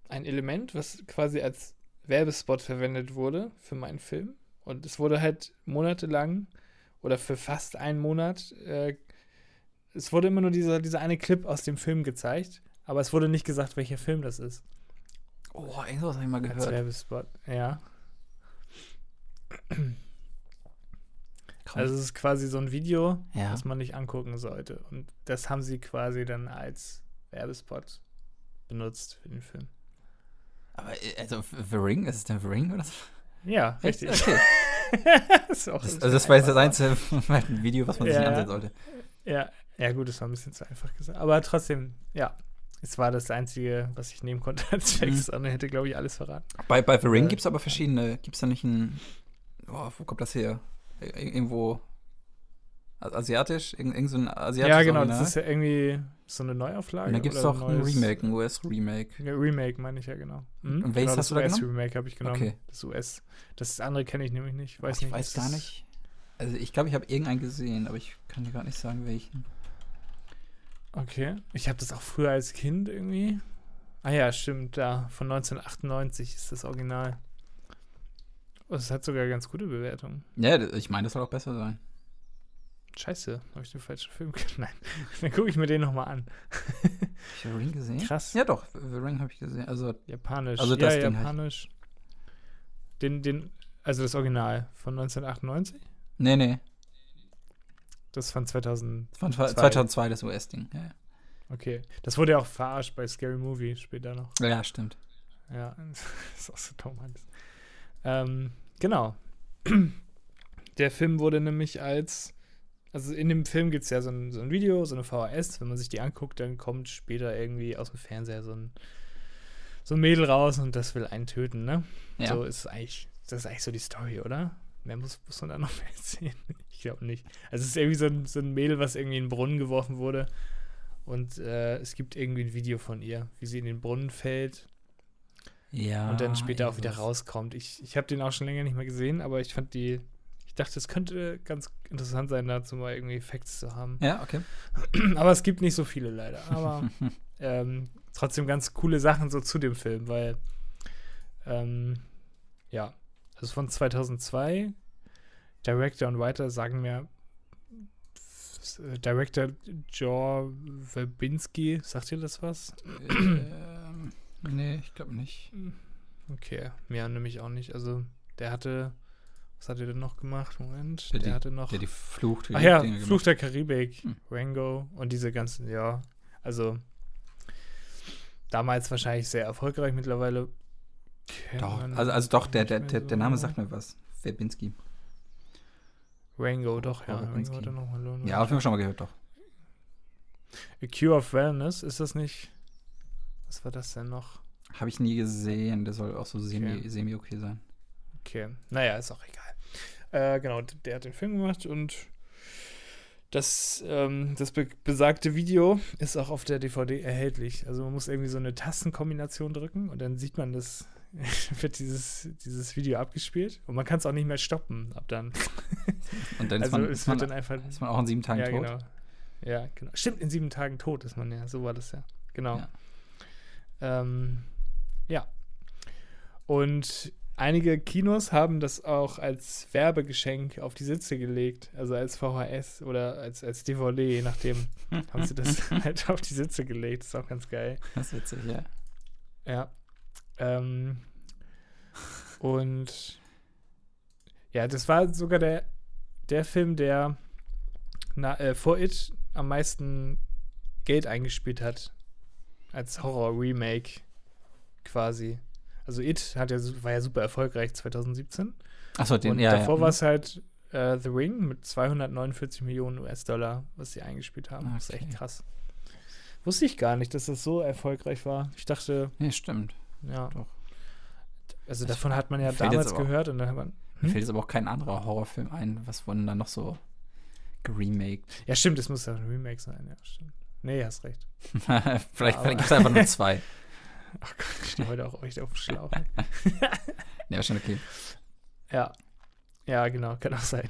A: ein Element, was quasi als Werbespot verwendet wurde für meinen Film. Und es wurde halt monatelang oder für fast einen Monat, äh, es wurde immer nur dieser, dieser eine Clip aus dem Film gezeigt, aber es wurde nicht gesagt, welcher Film das ist.
B: Oh, irgendwas habe ich mal
A: Als Werbespot, ja.
B: Komm.
A: Also es ist quasi so ein Video,
B: Ja.
A: das man nicht angucken sollte. Und das haben sie quasi dann als Werbespot benutzt für den Film.
B: aber, äh, also, The Ring, ist es denn The Ring oder so?
A: Ja, richtig.
B: Okay.
A: Ist auch
B: Das,
A: ein
B: also, das war jetzt das
A: einfacher.
B: einzige Video, was man sich
A: Ja,
B: nicht
A: ja.
B: ansehen sollte.
A: Ja, ja gut, das war ein bisschen zu einfach gesagt. Aber trotzdem, ja. Es war das Einzige, was ich nehmen konnte als
B: Mhm.
A: Text. Andere hätte, glaube ich, alles verraten.
B: Bei, bei The Ring
A: Äh,
B: gibt es aber verschiedene. Gibt es da nicht ein. Oh, wo kommt das her? Ir- Irgendwo. a- Asiatisch? Irgend, irgend so ein asiatisches
A: ja, genau.
B: Original.
A: Das ist ja irgendwie so eine Neuauflage.
B: Und dann gibt es
A: oder
B: doch ein
A: neues-
B: Remake, ein US-Remake.
A: Ja, Remake meine ich ja, genau. Hm?
B: Und welches
A: genau,
B: hast du da
A: Das
B: genommen?
A: US-Remake habe ich genommen.
B: Okay.
A: Das US. Das andere kenne ich nämlich nicht. Weiß
B: Ich
A: nicht,
B: weiß
A: ist
B: gar
A: das-
B: nicht. Also, ich glaube, ich habe irgendeinen gesehen, aber ich kann dir gar nicht sagen, welchen.
A: Okay. Ich habe das auch früher als Kind irgendwie. Ah ja, stimmt, da. Von 1998 ist das Original. Und es hat sogar ganz gute Bewertungen.
B: Ja, d- ich meine, das soll auch besser sein.
A: Scheiße, habe ich den falschen Film gesehen? Nein. Dann gucke ich mir den nochmal an.
B: Hab ich The Ring gesehen?
A: Krass.
B: Ja, doch, The Ring habe ich gesehen. Also,
A: Japanisch.
B: Also
A: ja,
B: das Ding halt.
A: japanisch. Den, den, also das Original von 1998.
B: nee, nee.
A: Das von 2000.
B: Das war zwei-
A: Zwei.
B: 2002 das US-Ding. Ja,
A: Okay. Das wurde ja auch verarscht bei Scary Movie später noch.
B: ja. ja, stimmt.
A: Ja, ist auch so dumm alles. Ähm, genau. Der Film wurde nämlich als, also in dem Film gibt es ja so ein, so ein Video, so eine VHS, wenn man sich die anguckt, dann kommt später irgendwie aus dem Fernseher so ein, so ein Mädel raus und das will einen töten, ne?
B: Ja.
A: So ist eigentlich, das ist eigentlich so die Story, oder? Mehr muss, muss man da noch mehr erzählen. Ich glaube nicht. Also es ist irgendwie so ein, so ein Mädel, was irgendwie in den Brunnen geworfen wurde. Und äh, es gibt irgendwie ein Video von ihr, wie sie in den Brunnen fällt
B: ja.
A: und dann später auch wieder
B: irgendwas.
A: rauskommt. Ich, ich habe den auch schon länger nicht mehr gesehen, aber ich fand die, ich dachte, es könnte ganz interessant sein, dazu mal irgendwie Facts zu haben.
B: Ja, okay.
A: Aber es gibt nicht so viele leider. Aber ähm, trotzdem ganz coole Sachen so zu dem Film, weil ähm, ja, also von 2002 Director und weiter sagen mir äh, Director Jor Verbinski, sagt ihr das was?
B: ähm, nee, ich glaube nicht.
A: Okay, mehr nämlich auch nicht. Also, der hatte. Was hat er denn noch gemacht? Moment.
B: Der
A: Der,
B: die-
A: hatte noch.
B: Der die Flucht.
A: Ach ja,
B: Dinge
A: Fluch der Karibik,
B: Hm.
A: Rango und diese ganzen, ja. Also, damals wahrscheinlich sehr erfolgreich, mittlerweile. kennt
B: Doch,
A: man
B: also, also doch, der, der,
A: nicht
B: der,
A: mehr
B: der Name
A: so.
B: sagt mir was. Verbinski.
A: Rango, doch, ja.
B: Robert
A: Rango hat
B: Pinsky.
A: er noch mal Lohn-
B: Oh, Ja, hab ich mir schon mal gehört, doch.
A: A Cure of Wellness, ist das nicht. Was war das denn noch?
B: Habe ich nie gesehen. Der soll auch so semi-
A: Okay.
B: semi-okay sein.
A: Okay, naja, ist auch egal. Äh, genau, d- der hat den Film gemacht und das, ähm, das be besagte Video ist auch auf der DVD erhältlich. Also man muss irgendwie so eine Tastenkombination drücken und dann sieht man das, wird dieses, dieses Video abgespielt und man kann es auch nicht mehr stoppen ab dann.
B: Und dann ist,
A: also
B: man,
A: es
B: ist,
A: wird
B: man,
A: dann einfach.
B: ist man auch in sieben Tagen
A: ja,
B: tot.
A: genau. Ja, genau. Stimmt, in sieben Tagen tot ist man ja. So war das ja. Genau.
B: Ja.
A: Ähm, ja. Und einige Kinos haben das auch als Werbegeschenk auf die Sitze gelegt. Also als VHS oder als, als DVD, je nachdem, haben sie das halt auf die Sitze gelegt. Ist auch ganz geil.
B: Das ist witzig, ja.
A: Ja. Ähm, und ja, das war sogar der, der Film, der na, äh, vor It am meisten Geld eingespielt hat. Als Horror-Remake quasi. Also It hat ja, su- war ja super erfolgreich 2017.
B: Achso, den,
A: und
B: ja. Mhm.
A: davor
B: ja.
A: war es halt äh, The Ring mit 249 Millionen US-Dollar, was sie eingespielt haben. Das ist echt
B: Okay.
A: krass. Wusste ich gar nicht, dass das so erfolgreich war. Ich dachte,
B: Nee, stimmt.
A: ja.
B: Doch.
A: Also
B: Ich-
A: davon hat man ja
B: mir fehlt jetzt
A: damals
B: aber-
A: gehört und dann hat man.
B: Mir
A: Hm?
B: fällt jetzt aber auch kein anderer Horrorfilm ein. Was wurden da noch so geremaked?
A: Ja, stimmt, es muss ja ein Remake sein, ja, stimmt. Nee, hast recht.
B: vielleicht vielleicht
A: Aber-
B: gibt es einfach nur zwei.
A: Ach Gott, ich stehe heute auch echt auf dem Schlauch.
B: Nee, aber schon okay.
A: Ja. Ja, genau, kann auch sein.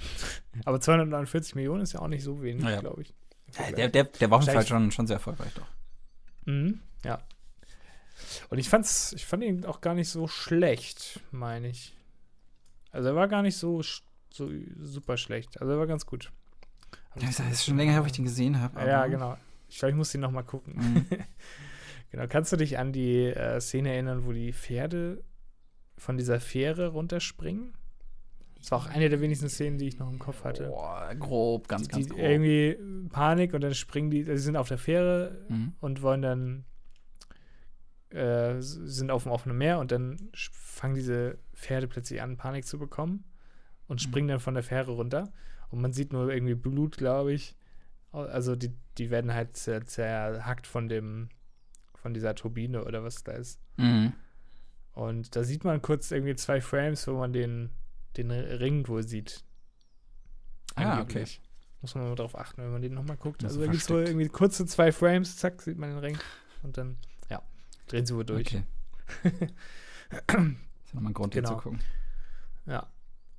A: Aber 249 Millionen ist ja auch nicht so wenig,
B: Naja.
A: glaube ich.
B: Ja, Der, der, der war auf jeden Fall
A: Vielleicht-
B: schon, schon sehr erfolgreich, doch.
A: Mhm, ja. Und ich fand's, ich fand ihn auch gar nicht so schlecht, meine ich. Also er war gar nicht so, sch- so super schlecht. Also er war ganz gut. Aber
B: Das ist schon länger her, wo ich den gesehen habe.
A: Ja, genau. Ich glaube, ich muss den nochmal gucken.
B: Mhm.
A: Genau. Kannst du dich an die äh, Szene erinnern, wo die Pferde von dieser Fähre runterspringen? Das war auch eine der wenigsten Szenen, die ich noch im Kopf hatte.
B: Boah, grob,
A: die,
B: ganz, ganz
A: die
B: grob.
A: irgendwie Panik und dann springen die, also sie sind auf der Fähre
B: Mhm.
A: und wollen dann äh, s- sind auf dem offenen Meer und dann sch- fangen diese Pferde plötzlich an, Panik zu bekommen und springen dann von der Fähre runter. Und man sieht nur irgendwie Blut, glaube ich. Au- Also die, die werden halt zer zerhackt von dem, von dieser Turbine oder was da ist.
B: Mhm.
A: Und da sieht man kurz irgendwie zwei Frames, wo man den, den Ring wohl sieht.
B: Ah,
A: Angeblich. Muss man mal drauf achten, wenn man den nochmal guckt.
B: Also
A: Also da gibt es wohl
B: versteckt.
A: irgendwie kurze zwei Frames, zack, sieht man den Ring. Und dann, ja, drehen sie wohl durch.
B: Okay. ist ja nochmal ein Grund, den
A: Genau.
B: zu gucken.
A: Ja.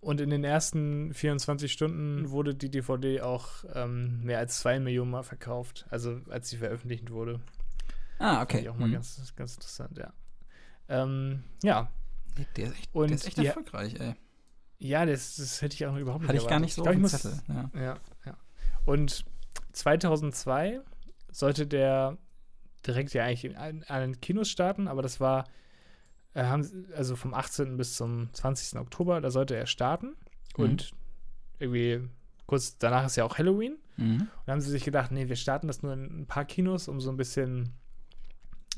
A: Und in den ersten 24 Stunden wurde die DVD auch ähm, mehr als zwei Millionen Mal verkauft. Also als sie veröffentlicht wurde.
B: Ah,
A: Fand
B: okay.
A: ich auch mal
B: Mhm.
A: ganz, ganz interessant, ja. Ähm, ja,
B: Der ist echt,
A: Und
B: der ist echt
A: die-
B: erfolgreich, ey.
A: ja, das, das hätte ich auch überhaupt nicht
B: Hatte ich gar
A: erwartet.
B: nicht so
A: glaub,
B: auf
A: ich
B: dem
A: muss-
B: Zettel. Ja.
A: Ja, ja. Und 2002 sollte der direkt ja eigentlich in allen, allen Kinos starten, aber das war, äh, haben, sie- also vom 18. bis zum 20. Oktober, da sollte er starten.
B: Mhm.
A: Und irgendwie kurz danach ist ja auch Halloween.
B: Mhm.
A: Und dann haben sie sich gedacht, nee, wir starten das nur in ein paar Kinos, um so ein bisschen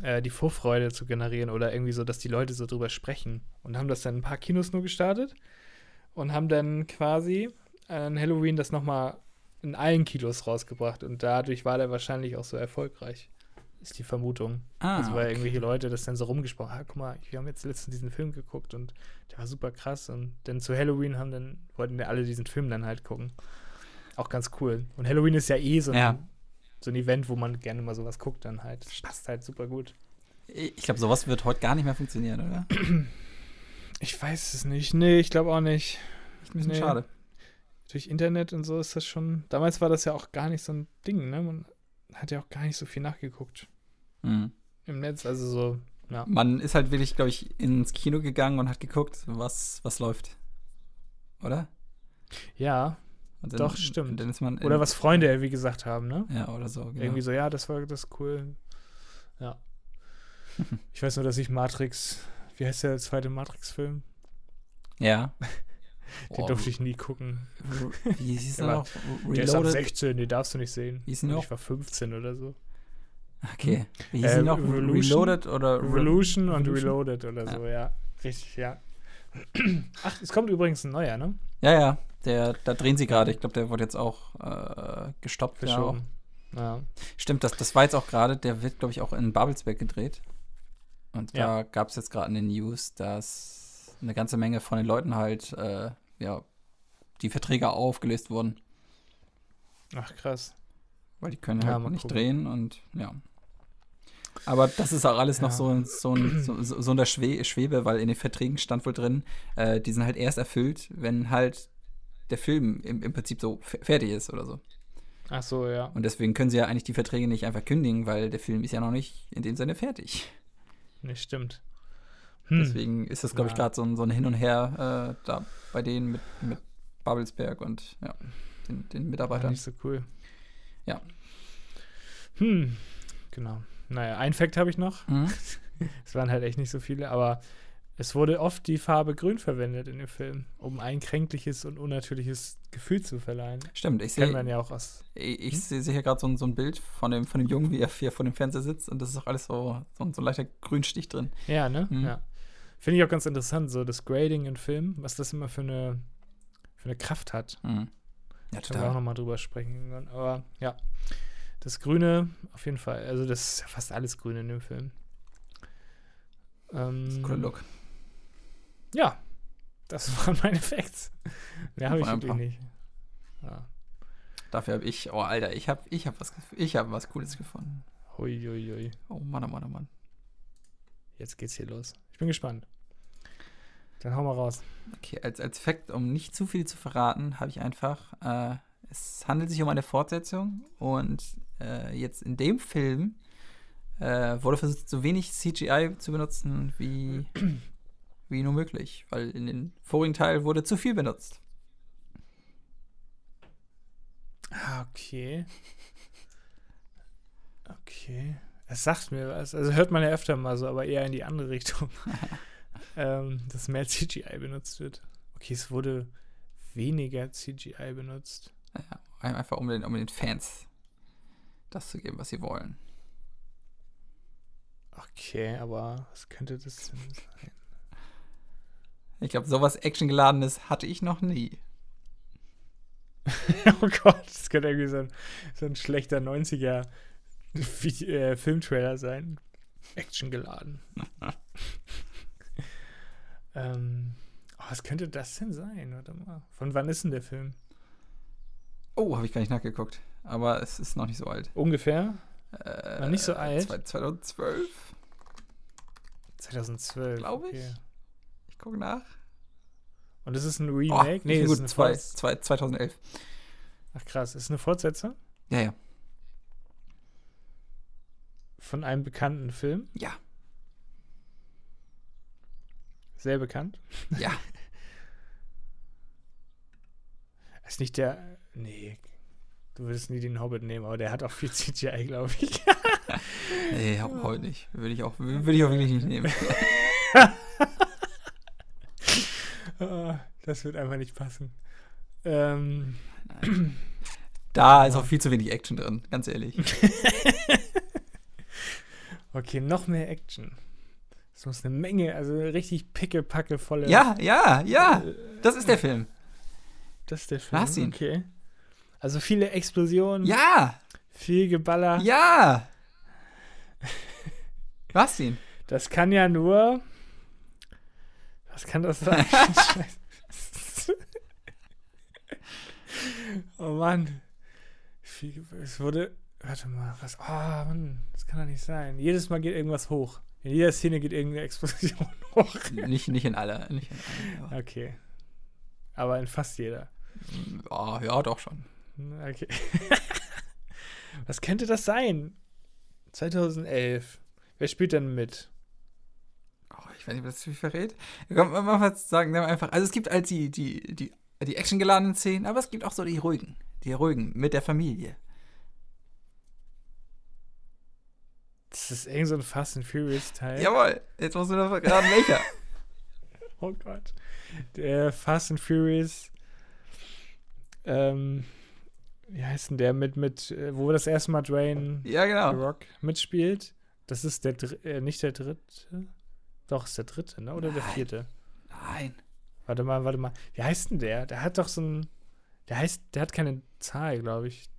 A: äh, die Vorfreude zu generieren oder irgendwie so, dass die Leute so drüber sprechen. Und haben das dann in ein paar Kinos nur gestartet und haben dann quasi an Halloween das nochmal in allen Kinos rausgebracht. Und dadurch war der wahrscheinlich auch so erfolgreich. Ist die Vermutung.
B: Ah,
A: also weil irgendwelche Leute das dann so rumgesprochen haben, ah, guck mal, wir haben jetzt letztens diesen Film geguckt und der war super krass. Und dann zu Halloween haben dann, wollten ja alle diesen Film dann halt gucken. Auch ganz cool. Und Halloween ist ja eh so ein,
B: Ja.
A: so ein Event, wo man gerne mal sowas guckt dann halt. Das passt halt super gut.
B: Ich glaube, sowas wird heute gar nicht mehr funktionieren, oder?
A: Ich weiß es nicht. Nee, ich glaube auch nicht.
B: Echt ein bisschen
A: Nee.
B: schade.
A: Durch Internet und so ist das schon. Damals war das ja auch gar nicht so ein Ding, ne? Man hat ja auch gar nicht so viel nachgeguckt
B: Mhm.
A: im Netz. Also so,
B: Man ist halt wirklich, glaube ich, ins Kino gegangen und hat geguckt, was, was läuft. Oder?
A: ja.
B: Und dann,
A: Doch, stimmt.
B: und Dann ist man in-
A: Oder was Freunde, wie gesagt haben, ne?
B: Ja, oder so. Genau.
A: Irgendwie so, ja, das war das ist cool. Ja. ich weiß nur, dass ich Matrix, wie heißt der zweite Matrix-Film?
B: Ja.
A: Den durfte ich nie gucken.
B: ich. Wie hieß
A: Der
B: der
A: war-
B: noch?
A: Der ist ab
B: Reloaded?
A: 16, den darfst du nicht sehen.
B: Hieß denn
A: Und
B: noch?
A: ich war 15 oder so.
B: Okay. Wie hieß
A: Äh,
B: die noch?
A: Revolution?
B: Reloaded oder Re-
A: Revolution und
B: Revolution?
A: Reloaded oder so, ja. Richtig, ja. Ach, es kommt übrigens ein neuer, ne?
B: Ja, ja. Der, da drehen sie gerade. Ich glaube, der wurde jetzt auch äh, gestoppt. Ja,
A: Verschoben. Ja.
B: Stimmt, das, das war jetzt auch gerade, der wird, glaube ich, auch in Babelsberg gedreht. Und da gab es jetzt gerade in den News, dass eine ganze Menge von den Leuten halt, äh, ja, die Verträge aufgelöst wurden,
A: Ach, krass.
B: weil die können
A: Ja,
B: halt
A: mal
B: nicht
A: gucken.
B: drehen und ja. Aber das ist auch alles noch
A: Ja.
B: so, in- so, in- so, so so in der Schwe Schwebe, weil in den Verträgen stand wohl drin, äh, die sind halt erst erfüllt, wenn halt der Film im, im Prinzip so fe- fertig ist oder so.
A: Ach so, ja.
B: Und deswegen können sie ja eigentlich die Verträge nicht einfach kündigen, weil der Film ist ja noch nicht in dem Sinne fertig.
A: Nee, stimmt. Hm.
B: Deswegen ist das, glaube ich,
A: Ja.
B: gerade so ein, so ein Hin und Her äh, da bei denen mit, mit Babelsberg und ja, den, den
A: War
B: Mitarbeitern.
A: nicht so cool.
B: Ja.
A: Hm, genau. Naja, ein Fact habe ich noch.
B: Mhm.
A: Es waren halt echt nicht so viele, aber es wurde oft die Farbe grün verwendet in dem Film, um ein kränkliches und unnatürliches Gefühl zu verleihen.
B: Stimmt, ich
A: Kennt man Hm.
B: sehe
A: ja auch aus.
B: ich, ich seh- sehe hier gerade so, ein- so ein Bild von dem, von dem Jungen, wie er hier vor dem Fernseher sitzt und das ist auch alles so, so, ein- so ein leichter Grünstich drin.
A: Ja, ne?
B: Mhm.
A: Ja. Finde ich auch ganz interessant, so das Grading in Filmen, was das immer für eine für eine Kraft hat.
B: Mhm.
A: Da
B: Ja,
A: können wir auch
B: total.
A: nochmal drüber sprechen. irgendwann. Aber ja, das Grüne auf jeden Fall. Also das ist ja fast alles Grün in dem Film. Ähm,
B: Das ist ein cooler Look.
A: Ja, das waren meine Facts. Mehr habe ich
B: Waren ein
A: wirklich
B: paar.
A: nicht. Ja.
B: Dafür habe ich, oh Alter, ich habe ich hab was, gef- ich hab was Cooles gefunden.
A: Hui, hui, hui.
B: Oh Mann, oh Mann, oh Mann.
A: Jetzt geht's hier los. Ich bin gespannt. Dann hau mal raus.
B: Okay, als, als Fakt, um nicht zu viel zu verraten, habe ich einfach, äh, es handelt sich um eine Fortsetzung und äh, jetzt in dem Film äh, wurde versucht, so wenig CGI zu benutzen wie, wie nur möglich, weil in den vorigen Teil wurde zu viel benutzt.
A: Ah, okay. Okay. Es sagt mir was. Also hört man ja öfter mal so, aber eher in die andere Richtung. ähm, dass mehr CGI benutzt wird. Okay, es wurde weniger CGI benutzt.
B: Ja, ein- einfach um den, um den Fans das zu geben, was sie wollen.
A: Okay, aber was könnte das denn sein?
B: Ich glaube, sowas Actiongeladenes hatte ich noch nie.
A: oh Gott, das könnte irgendwie so ein, so ein schlechter 90er Vi- äh, Filmtrailer sein. Action geladen. ähm, oh, was könnte das denn sein? Warte mal. Von wann ist denn der Film?
B: Oh, habe ich gar nicht nachgeguckt. Aber es ist noch nicht so alt.
A: Ungefähr
B: Äh,
A: Noch nicht so alt?
B: zwei- 2012.
A: 2012.
B: Glaub ich. Ich gucke nach.
A: Und das ist ein
B: Oh,
A: Remake?
B: nee,
A: das ist
B: gut,
A: eine
B: zwei,
A: Forts-
B: zwei, 2011.
A: Ach krass, ist eine Fortsetzung
B: Ja, ja.
A: von einem bekannten Film.
B: Ja,
A: Sehr bekannt.
B: ja.
A: Ist nicht der. Nee. Du würdest nie den Hobbit nehmen, aber der hat auch viel CGI, glaube ich.
B: Nee, hau- heute nicht. Würde ich auch, würde ich auch wirklich nicht nehmen.
A: Ah, das wird einfach nicht passen. Ähm,
B: Da ist auch viel zu wenig Action drin, ganz ehrlich.
A: okay, noch mehr Action. Es muss eine Menge, also eine richtig pickepacke volle.
B: Ja, ja, ja. Das ist der Film.
A: das ist der Film.
B: Lass ihn.
A: Okay. Also viele Explosionen,
B: Ja,
A: viel
B: Ah.
A: Geballer.
B: ja. Was ihn?
A: Das kann ja nur. Was kann das sein? Scheiße. oh Mann. Viel, Ge- es wurde. Warte mal, was. Oh Mann, das kann doch nicht sein. Jedes Mal geht irgendwas hoch. In jeder Szene geht irgendeine Explosion hoch.
B: Nicht, nicht in aller. Nicht in aller.
A: Okay. Aber in fast jeder.
B: Ja, mm, oh, ja, doch schon.
A: Hm, Okay. was könnte das sein? 2011. Wer spielt denn mit?
B: Oh, ich weiß nicht, ob das zu viel verrät. Komm, man muss jetzt sagen, dann einfach. Also es gibt halt die, die, die, die actiongeladenen Szenen, aber es gibt auch so die ruhigen. Die ruhigen mit der Familie.
A: Das ist irgend so ein Fast and Furious Teil.
B: Jawohl, jetzt musst du noch verraten, welcher.
A: Oh Gott. Der Fast and Furious. Ähm, wie heißt denn der mit, mit, äh, wo das erste Mal Dwayne
B: ja,
A: The
B: genau.
A: Rock mitspielt? Das ist der dr äh, nicht der dritte. Doch, ist der dritte, ne? Oder der
B: Nein.
A: vierte.
B: Nein.
A: Warte mal, warte mal. Wie heißt denn der? Der hat doch so ein. Der heißt, der hat keine Zahl, glaube ich.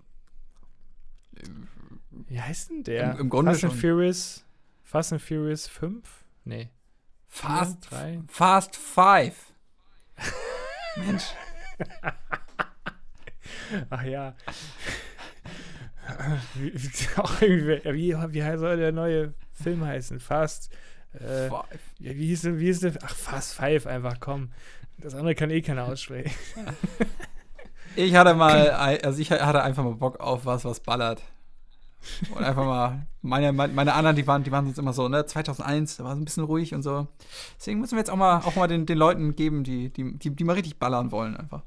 A: Wie heißt denn der?
B: Im- im Grunde
A: Fast and
B: schon.
A: Furious. Fast and Furious 5? Nee.
B: Fast,
A: drei.
B: fast Five. Mensch.
A: Ach ja. wie, wie, auch irgendwie, wie, wie soll der neue Film heißen? Fast. Äh,
B: Five.
A: ja, wie hieß der? Wie hieß der? Ach, Fast Five einfach, komm. Das andere kann eh keiner aussprechen.
B: Ich hatte mal, ein- also ich hatte einfach mal Bock auf was, was ballert. Und einfach mal, meine, meine meine anderen, die waren, die waren sonst immer so, ne, 2001, da war es ein bisschen ruhig und so. Deswegen müssen wir jetzt auch mal, auch mal den, den Leuten geben, die, die, die, die mal richtig ballern wollen einfach.